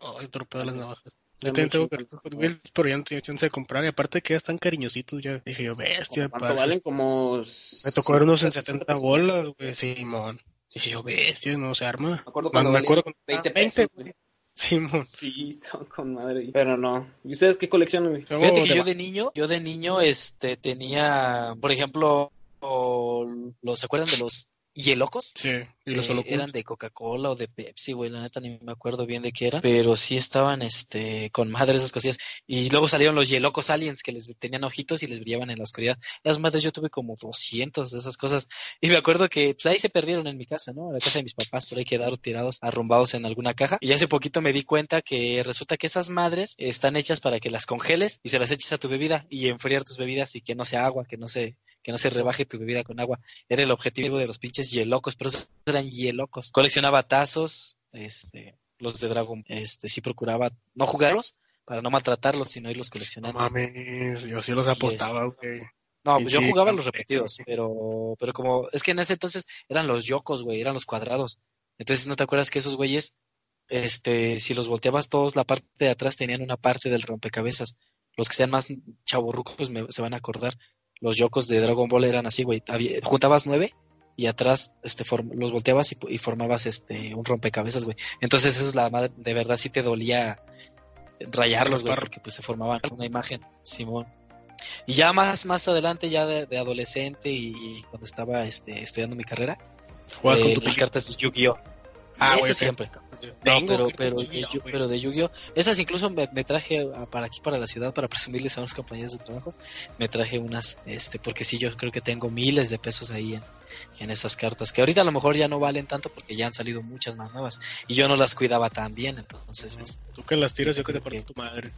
E: Ay, torpedo las navajas.
B: Ya
E: Yo también
B: mucho.
E: tengo cartuchos Hot Wheels, pero ya no tenía chance de comprar. Y aparte que ya están cariñositos, ya. Dije yo, bestia,
B: ¿Cuánto
E: parce.
B: valen? Como...
E: Me tocó ver unos en
B: 60
E: 70 bolas, güey, Simón. Dije yo, bestia, no se arma.
B: Me acuerdo
E: Más
B: cuando
E: me
B: valía
E: acuerdo cuando-
B: 20
E: Ah,
B: pesos, güey.
E: Simón.
B: Sí, estaba con madre. Pero no. ¿Y ustedes qué coleccionan, güey?
C: Fíjate
E: Luego
C: que
E: de
C: yo
E: ba-
C: de niño, yo de niño, este, tenía, por ejemplo, o- los, ¿se acuerdan de los hielocos?
E: Sí, y los
C: Eh,
E: solo
C: eran de Coca-Cola o de Pepsi, güey, la neta ni me acuerdo bien de qué eran, pero sí estaban este con madres esas cosillas y luego salieron los Yelocos Aliens que les tenían ojitos y les brillaban en la oscuridad. Las madres yo tuve como 200 de esas cosas y me acuerdo que pues ahí se perdieron en mi casa, ¿no? En la casa de mis papás, por ahí quedaron tirados, arrumbados en alguna caja y hace poquito me di cuenta que resulta que esas madres están hechas para que las congeles y se las eches a tu bebida y enfriar tus bebidas y que no sea agua, que no se que no se rebaje tu bebida con agua era el objetivo de los pinches hielocos, pero esos eran hielocos. Coleccionaba tazos, este, los de Dragon, este, sí procuraba no jugarlos para no maltratarlos, sino irlos
E: No
C: coleccionando.
E: mames, yo sí los apostaba, güey.
C: No,
E: Sí,
C: pues yo
E: sí,
C: jugaba
E: claro.
C: los repetidos, pero, pero como, es que en ese entonces eran los yocos, güey, eran los cuadrados. Entonces, ¿no te acuerdas que esos güeyes, este, si los volteabas todos, la parte de atrás tenían una parte del rompecabezas? Los que sean más chavorrucos pues, me- se van a acordar. Los yocos de Dragon Ball eran así, güey. Había- Juntabas nueve y atrás este, form- los volteabas y, y formabas este, un rompecabezas, güey. Entonces, eso es la madre, de verdad sí te dolía rayarlos, güey,
E: Raspar.
C: porque pues se formaban una imagen, Simón. Y ya más, más adelante, ya de, de adolescente y, y cuando estaba este, estudiando mi carrera,
E: Jugabas
C: eh,
E: con tu
C: las
E: pique.
C: cartas de Yu-Gi-Oh!
E: Ah,
C: Eso
E: güey,
C: siempre. No,
E: Tengo
C: pero,
E: cartas
C: pero,
E: de
C: de
E: Yu-Gi-Oh,
C: Yu-
E: güey.
C: pero de Yu-Gi-Oh! Esas incluso me, me traje a- para aquí, para la ciudad, para presumirles a unos compañeros de trabajo. Me traje unas, este, porque sí, yo creo que tengo miles de pesos ahí en, en esas cartas, que ahorita a lo mejor ya no valen tanto porque ya han salido muchas más nuevas. Y yo no las cuidaba tan bien, entonces, este,
E: Tú que las tiras, yo que te parto
C: Sí.
E: tu madre.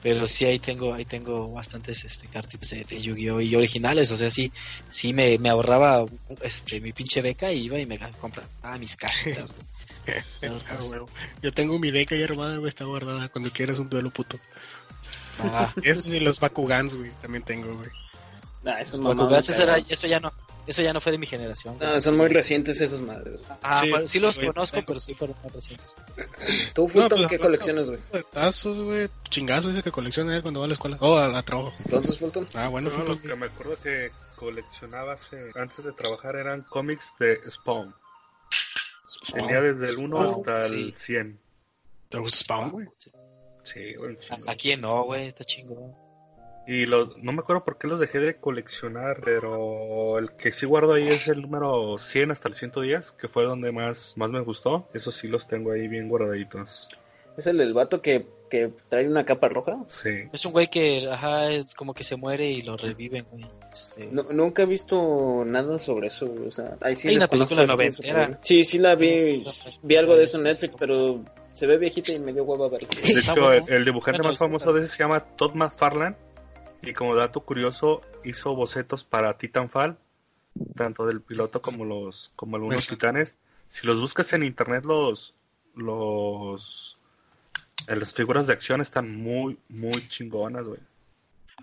C: pero sí ahí tengo ahí tengo bastantes este cartitas de, de Yu-Gi-Oh y originales o sea sí sí me, me ahorraba este mi pinche beca y iba y me ga- compraba mis cajitas güey. pues,
E: Ah, güey. Yo tengo mi deca ya armada, güey, está guardada. Cuando quieras un duelo puto.
C: Ah,
E: Eso y los Bakugans, güey, también tengo, güey.
B: Ah, esas
C: Bakugans,
B: mamadas,
C: eso, era-
B: cabrón.
C: eso ya no eso ya no fue de mi generación güey.
B: No, Ah, son muy recientes esas madres. güey.
C: Ah,
E: Sí,
C: fue- sí los
E: güey,
C: conozco
E: tengo.
C: pero sí fueron más recientes
B: ¿Tú, Fulton,
E: pues,
B: qué
E: no,
B: coleccionas, güey?
E: De Tazos, güey, chingazo ese que colecciona él cuando va a la escuela. Oh, a, a trabajo.
B: Entonces, Fulton.
E: Ah, bueno,
D: No, lo
E: puto.
D: que me acuerdo que coleccionaba hace- antes de trabajar eran cómics de Spawn. Tenía desde el 1
C: Spawn,
D: hasta
C: Oh, sí.
D: el 100.
E: ¿Te gusta Spawn, güey?
D: Sí, güey. un chingo.
C: ¿A quién no, güey? Está chingón.
D: Y los, no me acuerdo por qué los dejé de coleccionar, pero el que sí guardo ahí es el número 100 hasta el 110, que fue donde más, más me gustó. Esos sí los tengo ahí bien guardaditos.
B: ¿Es el del vato que, que trae una capa roja?
D: Sí.
C: Es un güey que, ajá, es como que se muere y lo reviven, güey. Este,
B: No- nunca he visto nada sobre eso, güey, o sea, ahí sí
C: Hay una
B: desconozco
C: película
B: bastante sobre
C: noventera.
B: él. Sí, sí la vi, vi algo de eso en Netflix,
C: Sí.
B: pero se ve viejita y me dio hueva verla.
D: De
C: Está
D: hecho,
C: bueno.
D: el, el dibujante
C: Bueno,
D: más famoso de ese se llama Todd McFarlane. Y como dato curioso, hizo bocetos para Titanfall, tanto del piloto como los como algunos
E: Eso.
D: titanes. Si los buscas en internet, los los eh, las figuras de acción están muy muy chingonas, güey.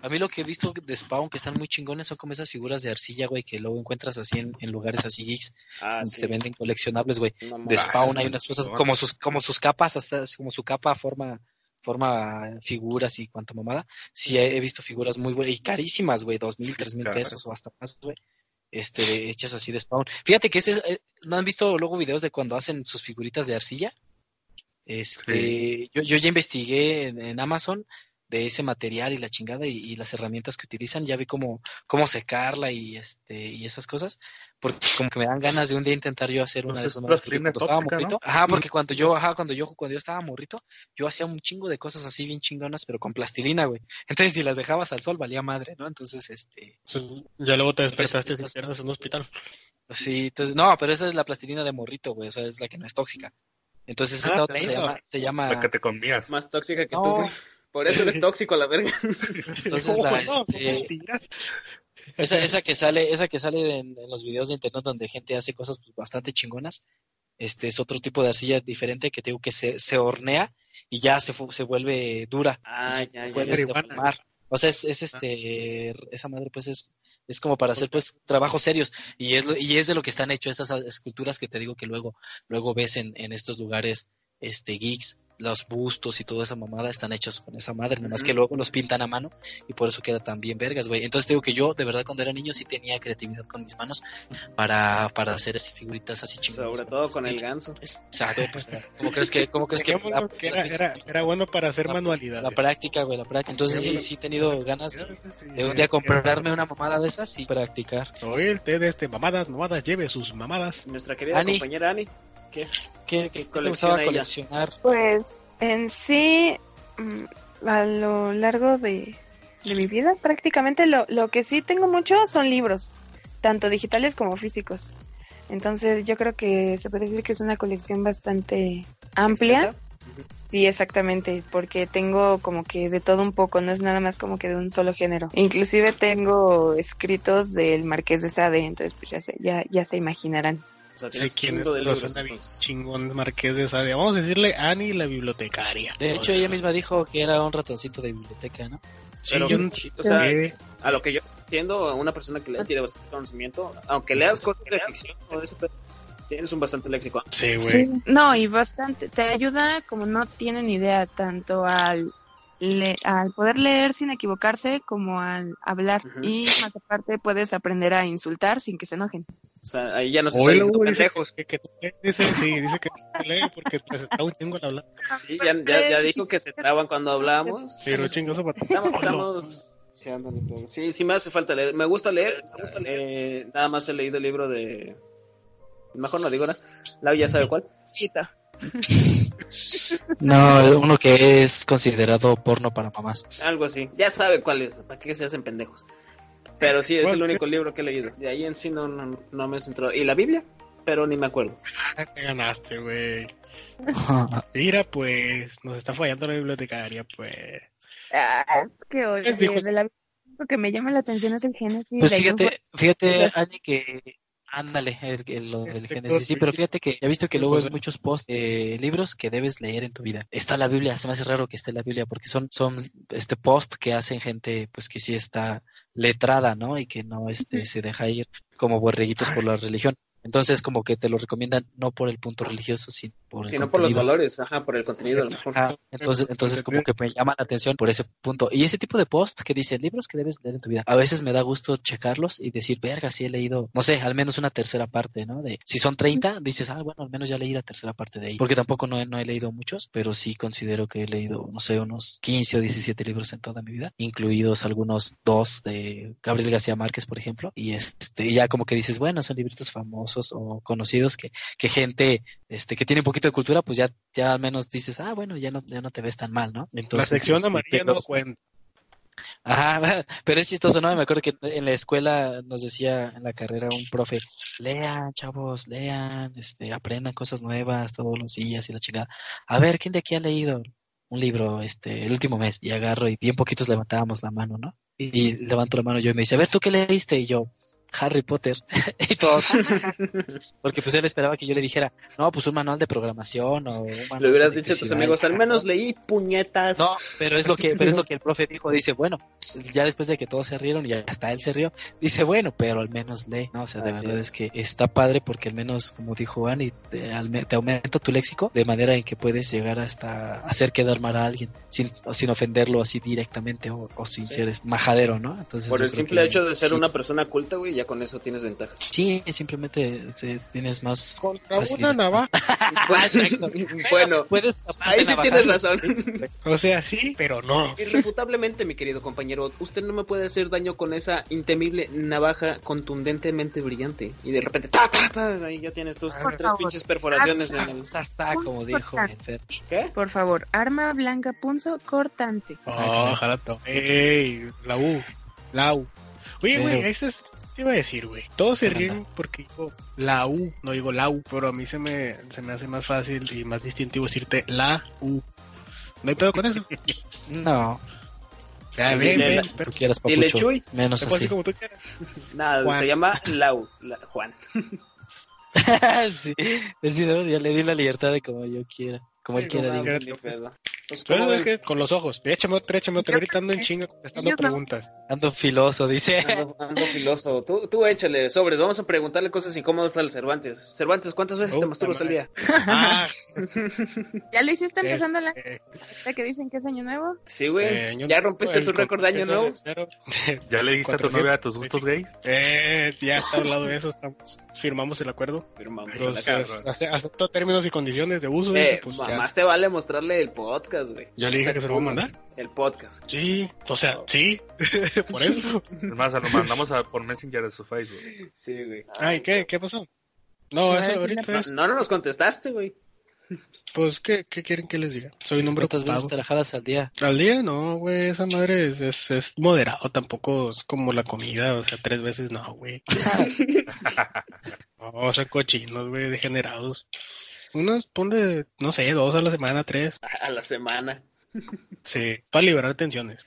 C: A mí lo que he visto de Spawn que están muy chingones son como esas figuras de arcilla, güey, que luego encuentras así en, en lugares así geeks,
B: Ah,
C: donde
B: sí.
C: te venden coleccionables, güey.
B: Una
C: De
B: mamada.
C: Spawn hay
D: sí,
C: unas cosas
D: chingón.
C: como sus como sus capas, hasta así como su capa forma forma figuras y cuanta mamada. Sí he, he visto figuras muy buenas y carísimas, güey, dos mil,
D: Sí,
C: tres mil
D: caras.
C: pesos o hasta más, güey. Este, de- hechas así de Spawn. Fíjate que ese, eh, ¿no han visto luego videos de cuando hacen sus figuritas de arcilla? Este, yo, yo ya investigué en, en Amazon de ese material y la chingada y, y las herramientas que utilizan, ya vi cómo, cómo secarla y este y esas cosas, porque como que me dan ganas de un día intentar yo hacer una de
D: Entonces,
C: esas mamadas,
D: plastilina
C: porque cuando estaba
D: tóxica, ¿no?
C: morrito- ajá, porque cuando yo, ajá, cuando yo cuando yo estaba morrito, yo hacía un chingo de cosas así bien chingonas, pero con plastilina, güey. Entonces, si las dejabas al sol valía madre, ¿no? Entonces, este,
E: Pues, Ya luego te despertaste
C: despertaste
E: si
C: sin
E: pierdas en un hospital.
C: pues sí, entonces, no, pero esa es la plastilina de morrito, güey, esa es la que no es tóxica. Entonces,
B: Ah,
C: esta otra se
B: claro.
C: llama se llama
E: Ah.
D: La que te comías.
B: Más tóxica que
C: No.
B: tú, güey. Por eso eres tóxico a la verga.
C: Entonces, la,
D: pues,
E: eh,
C: este, Esa, esa que sale, esa que sale en, en los videos de internet donde gente hace cosas pues, bastante chingonas, este es otro tipo de arcilla diferente que te digo que se, se hornea y ya se, fu- se vuelve dura.
B: Ah, ya, ya,
C: Puedes
B: ya. Ah.
E: marihuana.
C: deformar. O sea, es, es este, esa madre pues es, es como para hacer pues trabajos serios y es, lo- y es de lo que están hechos esas esculturas que te digo que luego, luego ves en, en estos lugares, este, geeks, los bustos y toda esa mamada están hechos con esa madre, nomás que luego los pintan a mano y por eso queda tan bien vergas, güey. Entonces te digo que yo, de verdad, cuando era niño sí tenía creatividad con mis manos para, para hacer así figuritas así chingadas.
B: Sobre todo con el ganso.
C: Exacto. pues, ¿Cómo crees que, cómo crees que,
E: Dejémoslo que era, era, era bueno para hacer
C: La-
E: manualidades.
C: la práctica, güey, la práctica? Entonces sí, sí he tenido ganas de, de un día comprarme una mamada de esas y practicar.
E: Oye, el té de este, mamadas, mamadas, lleve sus mamadas.
B: Nuestra querida
C: Ani.
B: compañera Ani. ¿Qué?
C: ¿Qué, qué, qué
B: Colecciona
C: te gustaba
B: ella.
C: coleccionar?
G: Pues en sí, mm, a lo largo de, de mi vida, prácticamente lo, lo que sí tengo mucho son libros, tanto digitales como físicos. Entonces yo creo que se puede decir que es una colección bastante amplia.
B: ¿Extensa?
G: Sí, exactamente, porque tengo como que de todo un poco, no es nada más como que de un solo género. Inclusive tengo escritos del Marqués de Sade, entonces pues ya se, ya, ya se imaginarán.
B: O sea,
E: Sí,
B: tienes
E: quién es,
B: chingo de
E: pero
B: libros.
E: suena bien
B: pues.
E: chingón Marqués de Sade. Vamos a decirle Annie la bibliotecaria.
C: De hecho, ella misma dijo que era un ratoncito de biblioteca, ¿no?
E: Sí,
B: Pero,
E: yo no-
B: o sea,
E: Eh,
B: a lo que yo entiendo, a una persona que le tiene bastante conocimiento, aunque
E: Pues
B: leas cosas de ficción o eso, pero tienes un bastante léxico.
E: sí, güey.
G: Sí, no, y bastante, te ayuda como no tienen idea tanto al, le- al poder leer sin equivocarse como al hablar
B: Ujú.
G: y más aparte puedes aprender a insultar sin que se enojen.
B: O sea, ahí ya no se está
E: Oye,
B: diciendo
E: luego dice
B: pendejos.
E: que, que tú lees, dice, sí, dice que tú lees porque te está un chingo al hablar.
B: Sí, ya, ya, ya dijo que se traban cuando hablamos.
E: Pero chingoso para
B: Estamos, estamos... Sí, ándale, pero- sí, sí me hace falta leer. Me gusta leer. Eh, nada más he leído el libro de... Mejor no digo nada. Lau ya sabe cuál.
C: No, uno que es considerado porno para mamás.
B: Algo así. Ya sabe cuál es. ¿Para qué se hacen pendejos? Pero sí, es el único libro que he leído. De ahí en sí no, no, no me centró. ¿Y la Biblia? Pero ni me acuerdo.
E: Te ganaste, güey. Mira, pues, nos está fallando la bibliotecaria, pues.
G: que oye,
E: Les dijo-
G: de la- lo que me llama la atención es el génesis.
C: Pues
G: de ahí
C: fíjate,
G: fue-
C: fíjate,
G: Entonces-
C: Ani, que ándale, el, el- lo del
E: Este
C: Génesis. Sí,
E: corte.
C: pero fíjate que ya he visto que
E: Sí,
C: luego
E: pues,
C: hay muchos posts, eh, libros que debes leer en tu vida. Está la Biblia, se me hace raro que esté la Biblia porque son, son este post que hacen gente, pues que sí está letrada, ¿no? Y que no este, se deja ir como borreguitos por la religión. Entonces, como que te lo recomiendan no por el punto religioso, sino por el
B: sino por los
C: contenido.
B: valores, ajá, por el contenido a lo mejor.
C: Ajá, entonces, entonces como que me llama la atención por ese punto. Y ese tipo de post que dice libros que debes leer en tu vida. A veces me da gusto checarlos y decir, verga, si he leído, no sé, al menos una tercera parte, ¿no? De si son 30, dices, ah, bueno, al menos ya leí la tercera parte de ahí. Porque tampoco no he, no he leído muchos, pero sí considero que he leído, no sé, unos 15 o 17 libros en toda mi vida, incluidos algunos dos de Gabriel García Márquez, por ejemplo. Y este, ya como que dices, bueno, son libritos famosos o conocidos que, que gente este, que tiene un poquito de cultura, pues ya, ya al menos dices, ah, bueno, ya no, ya no te ves tan mal, ¿no?
E: La
C: Entonces,
E: sección
C: este,
E: amarilla
C: pero-
E: no cuenta.
C: Ajá, pero es chistoso, ¿no? Me acuerdo que en la escuela nos decía en la carrera un profe, lean, chavos, lean, este, aprendan cosas nuevas todos los días y la chingada. A ver, ¿quién de aquí ha leído un libro, este, el último mes? Y agarro y bien poquitos levantábamos la mano, ¿no? Y levanto la mano yo y me dice, a ver, ¿tú qué leíste? Y yo, Harry Potter. y todos, porque pues él esperaba que yo le dijera, no, pues un manual de programación o un manual
B: Le hubieras
C: de
B: dicho a tus
C: electricidad".
B: amigos, al menos leí puñetas.
C: No, pero es lo que, pero es lo que el profe dijo. Dice, bueno, ya después de que todos se rieron y hasta él se rió, dice, bueno, pero al menos lee. No, o sea, de
B: Así
C: verdad es que está padre porque al menos, como dijo Ani, te, alme- te aumenta tu léxico de manera en que puedes llegar hasta hacer quedar mal a alguien sin, o sin ofenderlo así directamente o, o sin
B: Sí.
C: ser es- majadero, ¿no? Entonces,
B: Por
C: yo
B: el
C: creo
B: simple
C: que
B: hecho de ser
C: sí,
B: una persona culta, güey, ya con eso tienes ventaja.
C: Sí, simplemente eh, tienes más.
E: Contra
C: Facilidad.
E: una navaja.
B: bueno,
C: Puedes
B: ahí sí tienes razón.
E: O sea, sí, pero no.
B: Irrefutablemente, mi querido compañero, usted no me puede hacer daño con esa intemible navaja contundentemente brillante. Y de repente, ta, ta, ta, ahí ya tienes tus
G: Por
B: tres
G: favor.
B: pinches perforaciones en el...
C: Está, está, como dijo el Fer.
B: ¿Qué?
G: Por favor, arma blanca punzo cortante.
E: Oh, ojalá to- Ey, la U. La U. Oye,
C: Pero-
E: güey, eso es. Te iba a decir, güey. Todos se
C: Ajá.
E: ríen porque digo la U, no digo la U, pero a mí se me, se me hace más fácil y más distintivo decirte la U. No hay pedo con eso.
C: No,
E: Ya,
B: Sí,
E: ven,
B: dile
E: ven,
B: la-
E: pero-
C: tú quieras,
B: Dile,
C: papucho.
B: Chuy.
C: Menos
E: pero así
C: así.
E: como tú quieras.
B: Nada,
E: Juan.
B: se llama Lau, la- Juan.
C: sí, sí, no, ya le di la libertad de como yo quiera, como él
E: Sí,
C: quiera.
E: no
C: digo.
E: mames.
B: Ni pedo. Pues,
E: Pero
B: ¿cómo
E: es
B: ven?
E: que con los ojos. Échame otra, échame otra.
G: Yo
E: Ahorita
G: creo
E: ando en
G: que-
E: chinga contestando
G: yo creo-
E: preguntas.
C: Ando filoso, dice.
B: Ando, ando filoso. Tú, tú échale sobres. Vamos a preguntarle cosas incómodas al Cervantes. Cervantes, ¿cuántas veces te
E: Puta
B: masturbas al
E: madre.
B: día?
E: Ah,
G: ¿Ya lo hiciste
E: Es-
G: empezando la
E: eh,
G: neta que dicen que es año nuevo?
B: Sí, güey.
E: eh, yo
B: ya
E: no-
B: rompiste
E: el
B: tu récord de año
E: contexto
B: nuevo.
E: de cero.
D: ¿Ya le diste a tu
E: 400.
D: novia a tus gustos gays?
E: Eh, ya está hablado de eso. Estamos, firmamos el acuerdo.
B: Firmamos a la
E: Pero, o sea,
B: cara.
E: ace- acepto términos y condiciones de uso.
B: Eh,
E: dice, pues, ya.
B: más te vale mostrarle el podcast, güey.
E: Ya le dije que se lo voy a mandar.
B: El podcast.
E: Sí, o sea, sí, por eso.
D: Es más, se lo mandamos a, por Messenger a su Facebook.
B: Sí, güey.
E: Ay, ¿qué, qué pasó? No,
G: Iba a
E: eso
G: decir
E: ahorita
B: No,
E: es,
B: no nos contestaste, güey.
E: pues, ¿qué, qué quieren que les diga? Soy un hombre
C: ¿Cuántas veces
E: ocupado.
C: te la jalas al día?
E: Al día, no, güey, esa madre es, es, es moderado, tampoco es como la comida, o sea, tres veces no, güey. No, son cochinos, güey, degenerados. Unas, ponle, no sé, dos a la semana, tres.
B: A, a la semana.
E: Sí, para liberar tensiones.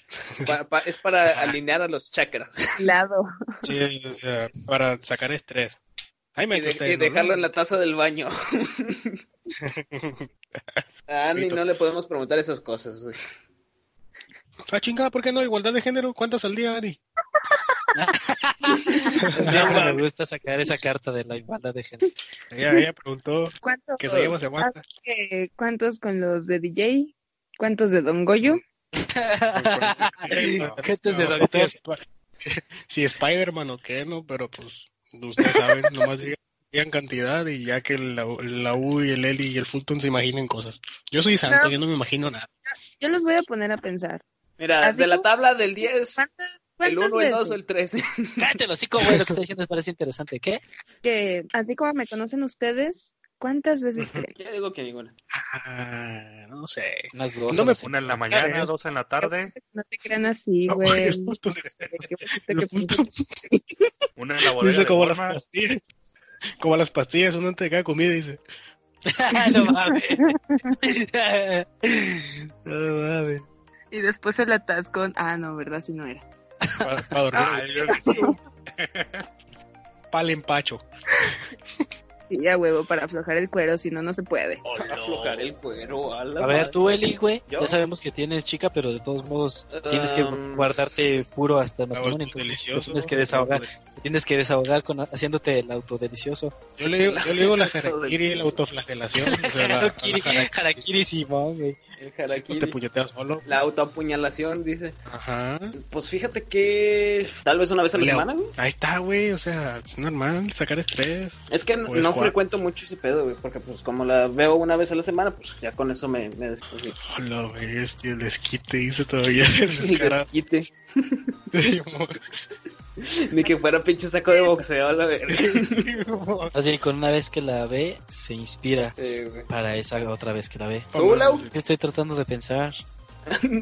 B: Pa- pa- es para alinear a los chakras.
G: Lado.
E: Sí, o sea, para sacar estrés. Ay, me
B: Y, de- y dejarlo en la taza del baño. A Andy no le podemos preguntar esas cosas, güey.
E: Ah, chingada, ¿por qué no? Igualdad de género, ¿cuántas al día, Ari?
C: Siempre me gusta sacar esa carta de la igualdad de gente.
E: Ella, ella preguntó
G: ¿Cuántos,
E: que se lleva, se aguanta.
G: así que, ¿Cuántos con los de DJ? ¿Cuántos de Don Goyo?
C: Ah, Gente de
E: No,
C: doctor.
E: si Sp- Si Spider-Man o qué, no, pero pues ustedes saben, nomás digan, digan cantidad y ya que la, la U y el Eli y el Fulton se imaginen cosas. Yo soy santo,
G: No.
E: yo no me imagino nada.
G: Yo los voy a poner a pensar.
B: Mira,
G: Así
B: de la
G: como-
B: tabla del 10,
G: ¿Cuántas,
B: el
G: cuántas
B: 1, el 2,
G: veces?
B: el 3.
C: Cállate el hocico, güey, lo que está diciendo me parece interesante. ¿Qué?
G: Que, así como me conocen ustedes, ¿cuántas veces creen?
B: Yo digo que ninguna.
E: Ah, no sé.
C: Unas dos.
E: No me
C: así.
D: Una en la mañana,
E: Claro,
D: dos en la tarde,
G: No te crean así,
E: No,
G: güey.
E: el Fulton,
G: Qué fuerte
E: el
G: que
E: Fulton
D: una en la bodega
E: dice
D: de
E: como las
D: Walmart.
E: pastillas. Como las pastillas, uno antes de cada comida dice.
C: no mames. no mames.
G: Y después el atascón. Ah, no, ¿verdad? Si no era.
E: Para, dormir.
D: Ah, yo creo que sí.
E: Pal empacho.
G: Sí, a huevo, para aflojar el cuero, si no, no se puede.
B: Para aflojar el cuero. A, la
C: A ver,
B: madre.
C: tú, Eli, güey.
B: Yo.
C: Ya sabemos que tienes chica, pero de todos modos tienes que
B: Um,
C: guardarte puro hasta el
E: Ah,
C: matrimonio.
E: pues,
C: Entonces te
E: delicioso,
C: tienes que
E: ¿no?
C: desahogar. te Tienes que desahogar con, haciéndote el autodelicioso.
E: Yo le, digo- yo le digo la
B: Todo
E: jarakiri y la autoflagelación. o sea, la-
C: Harakiri,
E: la harakiri,
C: harakiri, Simón, güey.
B: El
E: pues,
B: harakiri.
E: Te puñeteas solo.
B: La autoapuñalación, dice.
E: Ajá.
B: Pues fíjate que tal vez una vez a la
E: Leo.
B: semana, güey.
E: Ahí está, güey. O sea, es normal sacar estrés.
B: Es que n-
E: Pues,
B: no
E: cuatro.
B: frecuento mucho ese pedo, güey, porque pues como la veo una vez a la semana, pues ya con eso me, me des- pues, sí,
E: Hola, güey. Este desquite hizo todavía.
B: ni les
E: Descarado.
B: quite,
E: Sí, mo-
B: ni que fuera pinche saco de boxeo, a la verga.
E: sí, mo-
C: Así con una vez que la ve, se inspira
B: Sí, güey.
C: para esa otra vez que la ve.
B: ¿Tú, Lau?
C: Yo estoy tratando de pensar.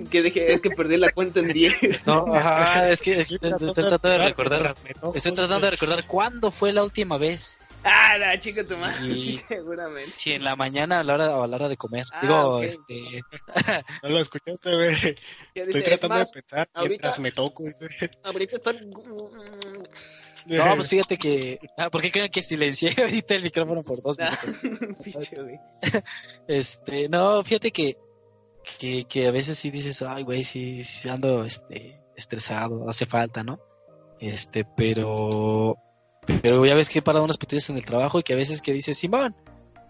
B: que dije, es que perdí la cuenta en 10.
C: No, ajá, es que es- estoy tratando de recordar.
E: Mientras me
C: Estoy
E: toco,
C: tratando de recordar cuándo fue la última vez.
B: ah, la chica tu madre,
C: Sí.
B: sí, seguramente.
C: Si en la mañana a la hora, o a la hora de comer.
B: Ah,
C: Digo,
B: ok.
C: este,
E: No lo escuchaste, güey. Estoy
B: Ya dice, es
E: tratando
B: más,
E: de pensar
B: ahorita-
E: mientras me toco. dice.
B: ahorita está... mm,
C: No, pues fíjate que. Ah, ¿Por qué creen que silencié ahorita el micrófono por dos
B: nah,
C: minutos?
B: pinche, güey.
C: Este, no, fíjate que, que, que a veces sí dices, ay, güey, sí, sí ando este, estresado, hace falta, ¿no? Este, pero. Pero ya ves que he parado unas putillas en el trabajo y que a veces que dices, Simón,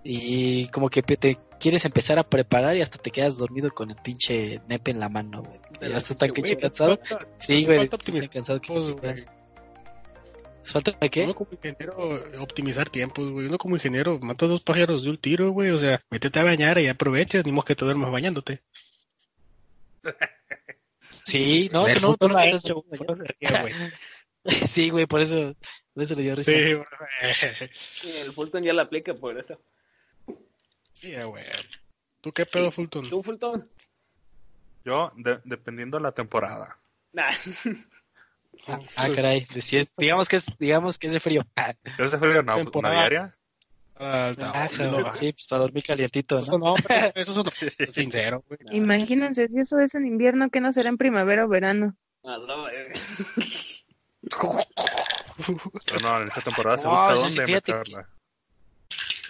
C: y como que te quieres empezar a preparar y hasta te quedas dormido con el pinche nepe en la mano, güey.
B: De la
C: Ya estás tan
B: pinche
C: pinche
B: hueva.
C: cansado. Sí, güey,
E: falta
C: estás tan
E: optimizar
C: cansado que.
E: tiempos, güey.
C: ¿Falta de qué?
E: Uno como ingeniero, eh, optimizar tiempos, güey. Uno como ingeniero, mata dos pájaros de un tiro, güey. O sea, métete a bañar y aproveches, ni modo que te duermas bañándote.
C: Sí, no, tú no, tú no te
E: eh,
C: has hecho, güey.
E: güey.
C: Sí, güey, por eso, por eso le dio risa.
E: Sí, güey.
B: El Fulton ya la aplica por eso.
E: Sí, güey. ¿Tú qué pedo, Fulton?
B: ¿Tú, Fulton?
D: Yo, de- dependiendo la temporada.
B: Nah.
C: Ah, caray. de si es- digamos que es, digamos que es de frío. Ah,
D: ¿Ya se fue pues, una, una
E: Temporada.
D: diaria?
E: Ah, no, Pues, no,
C: cabrón, sí, pues para dormir calientito,
E: Eso
C: ¿no?
E: no, güey, eso no, sincero, güey.
G: Imagínense, si eso es en invierno, ¿qué no será en primavera o verano?
B: A la verga.
D: Pero no, en esta temporada se
C: No,
D: busca
C: eso sí,
D: dónde
C: fíjate que-
D: meterla.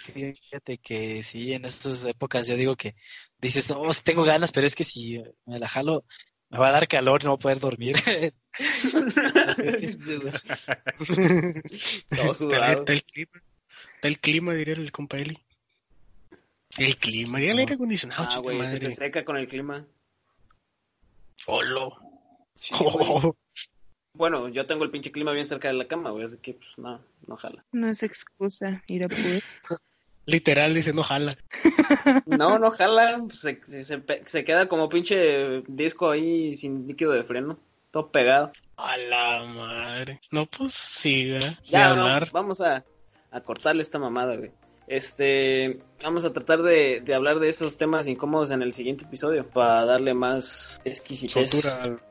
C: Sí, Fíjate que sí, en estas épocas yo digo que dices, no, sí tengo ganas, pero es que si me la jalo, me va a dar calor, no voy a poder dormir.
B: Todo
E: Está,
B: sudado.
E: está el clima. Está el clima, diría el compa Eli. El clima, diría el aire acondicionado,
B: Ah,
E: chica
B: güey, se te
E: madre.
B: seca con el clima.
E: Solo.
B: güey. Bueno, yo tengo el pinche clima bien cerca de la cama, güey, así que pues no, no jala.
G: No es excusa, mira pues.
E: Literal, dice, no jala.
B: No, no jala, pues, se, se, se pe- se queda como pinche disco ahí sin líquido de freno, todo pegado.
E: A la madre. No, pues sí, ¿verdad?
B: Ya,
E: de
B: no,
E: hablar.
B: vamos a, a cortarle esta mamada, güey. Este, vamos a tratar de, de hablar de esos temas incómodos en el siguiente episodio para darle más exquisitez.
E: soltura al-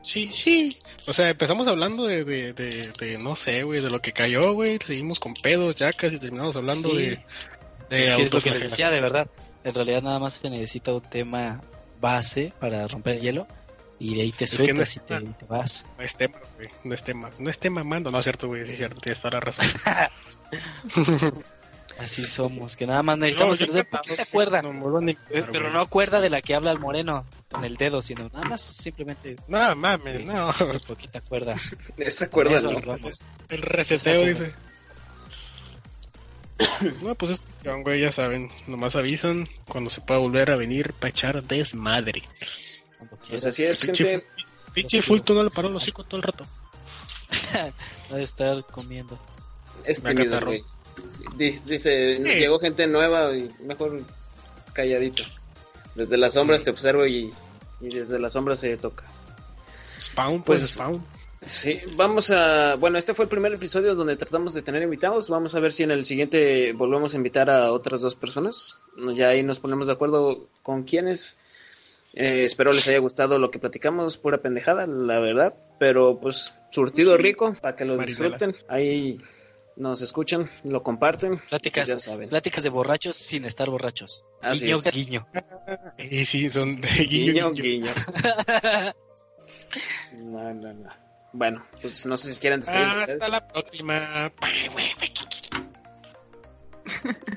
E: Sí, sí. O sea, empezamos hablando de, de, de, de, no sé, güey, de lo que cayó, güey. Seguimos con pedos, yacas y terminamos hablando
C: Sí.
E: de. de
C: es que es lo que les
E: autoflagelación.
C: decía, de verdad. En realidad nada más se necesita un tema base para romper el hielo y de ahí te
E: Es que no
C: sueltas
E: es-
C: y te, te vas.
E: No es tema, güey. No es tema. No es tema mando. No es cierto, güey. Sí, es cierto. Tienes toda la razón.
C: Así somos, que nada más necesitamos
E: Pues, No,
C: hacer de
E: yo-
C: poquita cuerda.
E: No, no, ni-
C: Eh, Pero no cuerda de la que habla el moreno con el dedo, sino nada más simplemente
E: No, mames, no.
C: hacer poquita cuerda.
B: Esa
C: Con
B: cuerda,
C: eso
B: ¿no?
C: nos vamos.
E: El reseteo dice. No, pues es cuestión, güey, ya saben. Nomás avisan cuando se pueda volver a venir para echar desmadre.
C: Cuando quieras.
B: Pues así es,
E: Pinche
B: gente.
E: Pinche Fulton no le paró los hocico todo el rato.
C: Ha de estar comiendo.
B: Es
E: Me
B: tímido,
E: acatarró.
B: güey. Di- Dice, llegó gente nueva y mejor calladito. Desde las sombras te observo y, y desde las sombras se toca.
E: Spawn,
B: Pues-
E: pues, Spawn.
B: Sí, vamos a... Bueno, este fue el primer episodio donde tratamos de tener invitados. Vamos a ver si en el siguiente volvemos a invitar a otras dos personas. Ya ahí nos ponemos de acuerdo con quiénes. Eh, espero les haya gustado lo que platicamos, pura pendejada, la verdad. Pero pues surtido rico para que lo
E: Marinela.
B: disfruten. Ahí nos escuchan, lo comparten.
C: Pláticas,
B: Ya saben.
C: pláticas de borrachos sin estar borrachos.
B: Así
C: guiño,
B: es.
C: guiño.
E: Y eh, sí, son de
B: Guiño,
E: guiño, guiño.
B: guiño. No, no, no. Bueno,
E: Ah,
B: pues no sé si quieren despedirse
E: Hasta
B: ustedes.
E: la próxima.